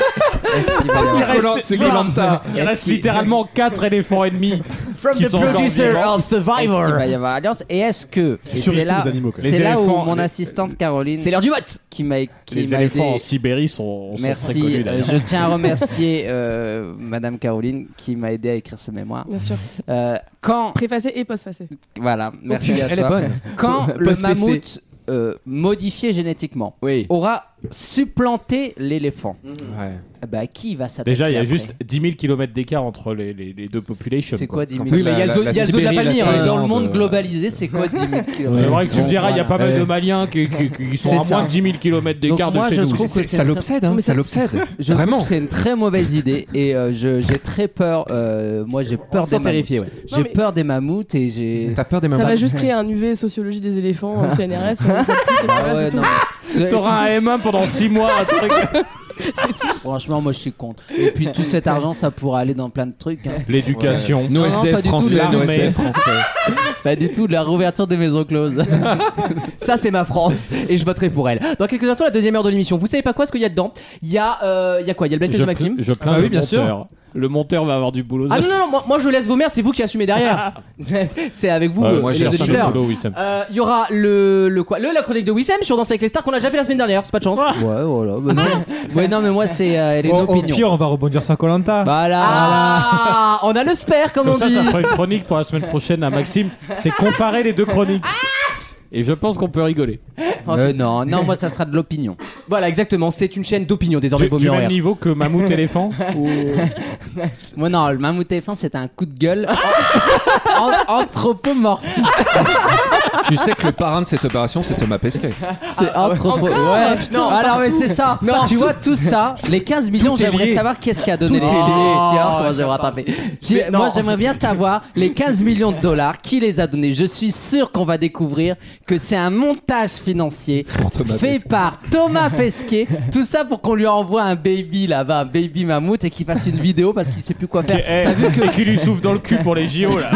Est-ce qu'il va y avoir- C'est Colanta. Il reste littéralement 4 éléphants et demi. From Qui the sont encore producer vivants. of Est-ce qu'il Survivor. va y avoir alliance Et est-ce que et c'est là, les animaux, quand c'est Les là où éléphants, mon les- assistante Caroline C'est l'heure du vote. qui m'a qui Les m'a aidé. éléphants en Sibérie sont, sont très Merci. connus euh, d'ailleurs. je tiens à remercier euh, Madame Caroline qui m'a aidé à écrire ce mémoire. Bien sûr. Euh, quand Préfacé et postfacé. voilà, merci à Elle est toi. bonne. Quand le Post-fessé. mammouth euh, modifié génétiquement Oui. aura supplanté l'éléphant, Ouais. ah bah qui va s'attaquer Déjà, il y a après juste 10 000 km d'écart entre les, les- les deux populations. C'est quoi. quoi 10 000 Oui, mais il y a le La- zoo- la il y a le zoo de la Sibérie, la palmier. Et hein. dans le monde euh, globalisé, c'est quoi 10 000 C'est vrai que tu me diras, il y a pas mal de Ouais. Maliens qui, qui- qui sont à C'est moins ça. de 10 000 km d'écart Donc de moi, chez je nous. trouve C'est- que Ça c'est- l'obsède, hein, ça l'obsède. Je Vraiment. trouve que c'est une très mauvaise idée et euh, je- j'ai très peur. euh, moi, j'ai peur des Sans mammouths. terrifier, ouais. J'ai Non, mais- peur des mammouths et j'ai. T'as peur des Ça va mammouths juste créer un UV sociologie des éléphants, euh, CNRS. on en fait plus, et Ah voilà, ouais, c'est non, tout. mais- je- T'auras un M1 pendant 6 mois. un truc. Franchement, moi, je suis contre. Et puis tout cet argent, ça pourrait aller dans plein de trucs. hein. L'éducation. Nos Non, non, pas SDF du tout, français, l'armée. nos SDF français. Pas du tout, de la rouverture des maisons closes. Ça, c'est ma France et je voterai pour elle. Dans quelques instants, la deuxième heure de l'émission. Vous savez pas quoi ce qu'il y a dedans Il y a, euh, il y a quoi Il y a le Je, blacklist de Maxime. pla- je plains bah oui, le bien sûr. monteur. Le monteur va avoir du boulot. Ah non, non, non, moi, moi, je laisse vos mères, c'est vous qui assumez derrière. c'est avec vous, Ouais, euh, moi, les j'ai reçu le auditeurs. boulot, Wissem. Euh, Il y aura le, le quoi Le la chronique de Wissem sur Danse avec les stars qu'on a déjà fait la semaine dernière, c'est pas de chance. Ah. Ouais, voilà. bah non. ouais, non, mais moi, c'est euh, elle est une Au, au opinion. pire, on va rebondir sur Colanta. Voilà. Ah, on a le spare comme, Comme on ça, dit. ça fera une chronique pour la semaine prochaine à Maxime. C'est comparer les deux chroniques. Ah Et je pense qu'on peut rigoler. Euh, non, non, moi, ça sera de l'opinion. Oh, Voilà, exactement. C'est une chaîne d'opinion désormais. Du, Vaut du mieux en même rire. niveau que Mammouth éléphant. ou- Moi, non, le mammouth éléphant, c'était un coup de gueule en- en- anthropomorphe. tu sais que le parrain de cette opération, c'est Thomas Pesquet. C'est Ah anthropo... Ouais, non, alors, mais c'est ça. tu vois, tout ça, les 15 millions, Tout est j'aimerais lié. savoir qu'est-ce qui a donné Tout les est 15 lié. millions. Oh, Comment je vais ça rattraper. Je vais- Tu- Moi, non. j'aimerais bien savoir les 15 millions de dollars, qui les a donnés. Je suis sûr qu'on va découvrir que c'est un montage financier Thomas fait Pesquet. par Thomas Pesquet. Tout ça pour qu'on lui envoie un baby là-bas, un baby mammouth, et qu'il fasse une vidéo parce qu'il sait plus quoi faire. Qui- eh, Et qui lui souffle dans le cul pour les JO là.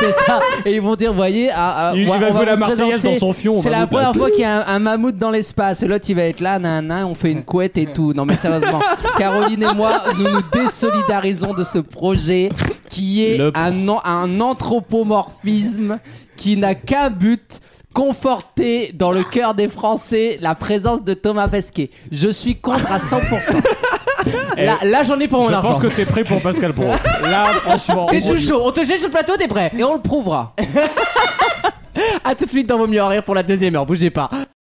C'est ça. Et ils vont dire, voyez, ah, ah, Il- il on va on jouer la vous Marseillaise dans présenter- son fion, on C'est va la vous- première fois qu'il y a un, un mammouth dans l'espace. Et l'autre, il va être là, nanana, on fait une couette et tout. Non, mais sérieusement, Caroline et moi, nous nous désolidarisons de ce projet qui est Le- un, an- un anthropomorphisme qui n'a qu'un but conforter dans le cœur des Français la présence de Thomas Pesquet. Je suis contre à 100%. Eh, Là, là, j'en ai pour mon je argent. pense que t'es prêt pour Pascal Pro. Là, franchement. T'es on- tout chaud. On te jette sur le plateau, t'es prêt Et on le prouvera. À tout de suite dans Vaut mieux en rire pour la deuxième heure. Bougez pas.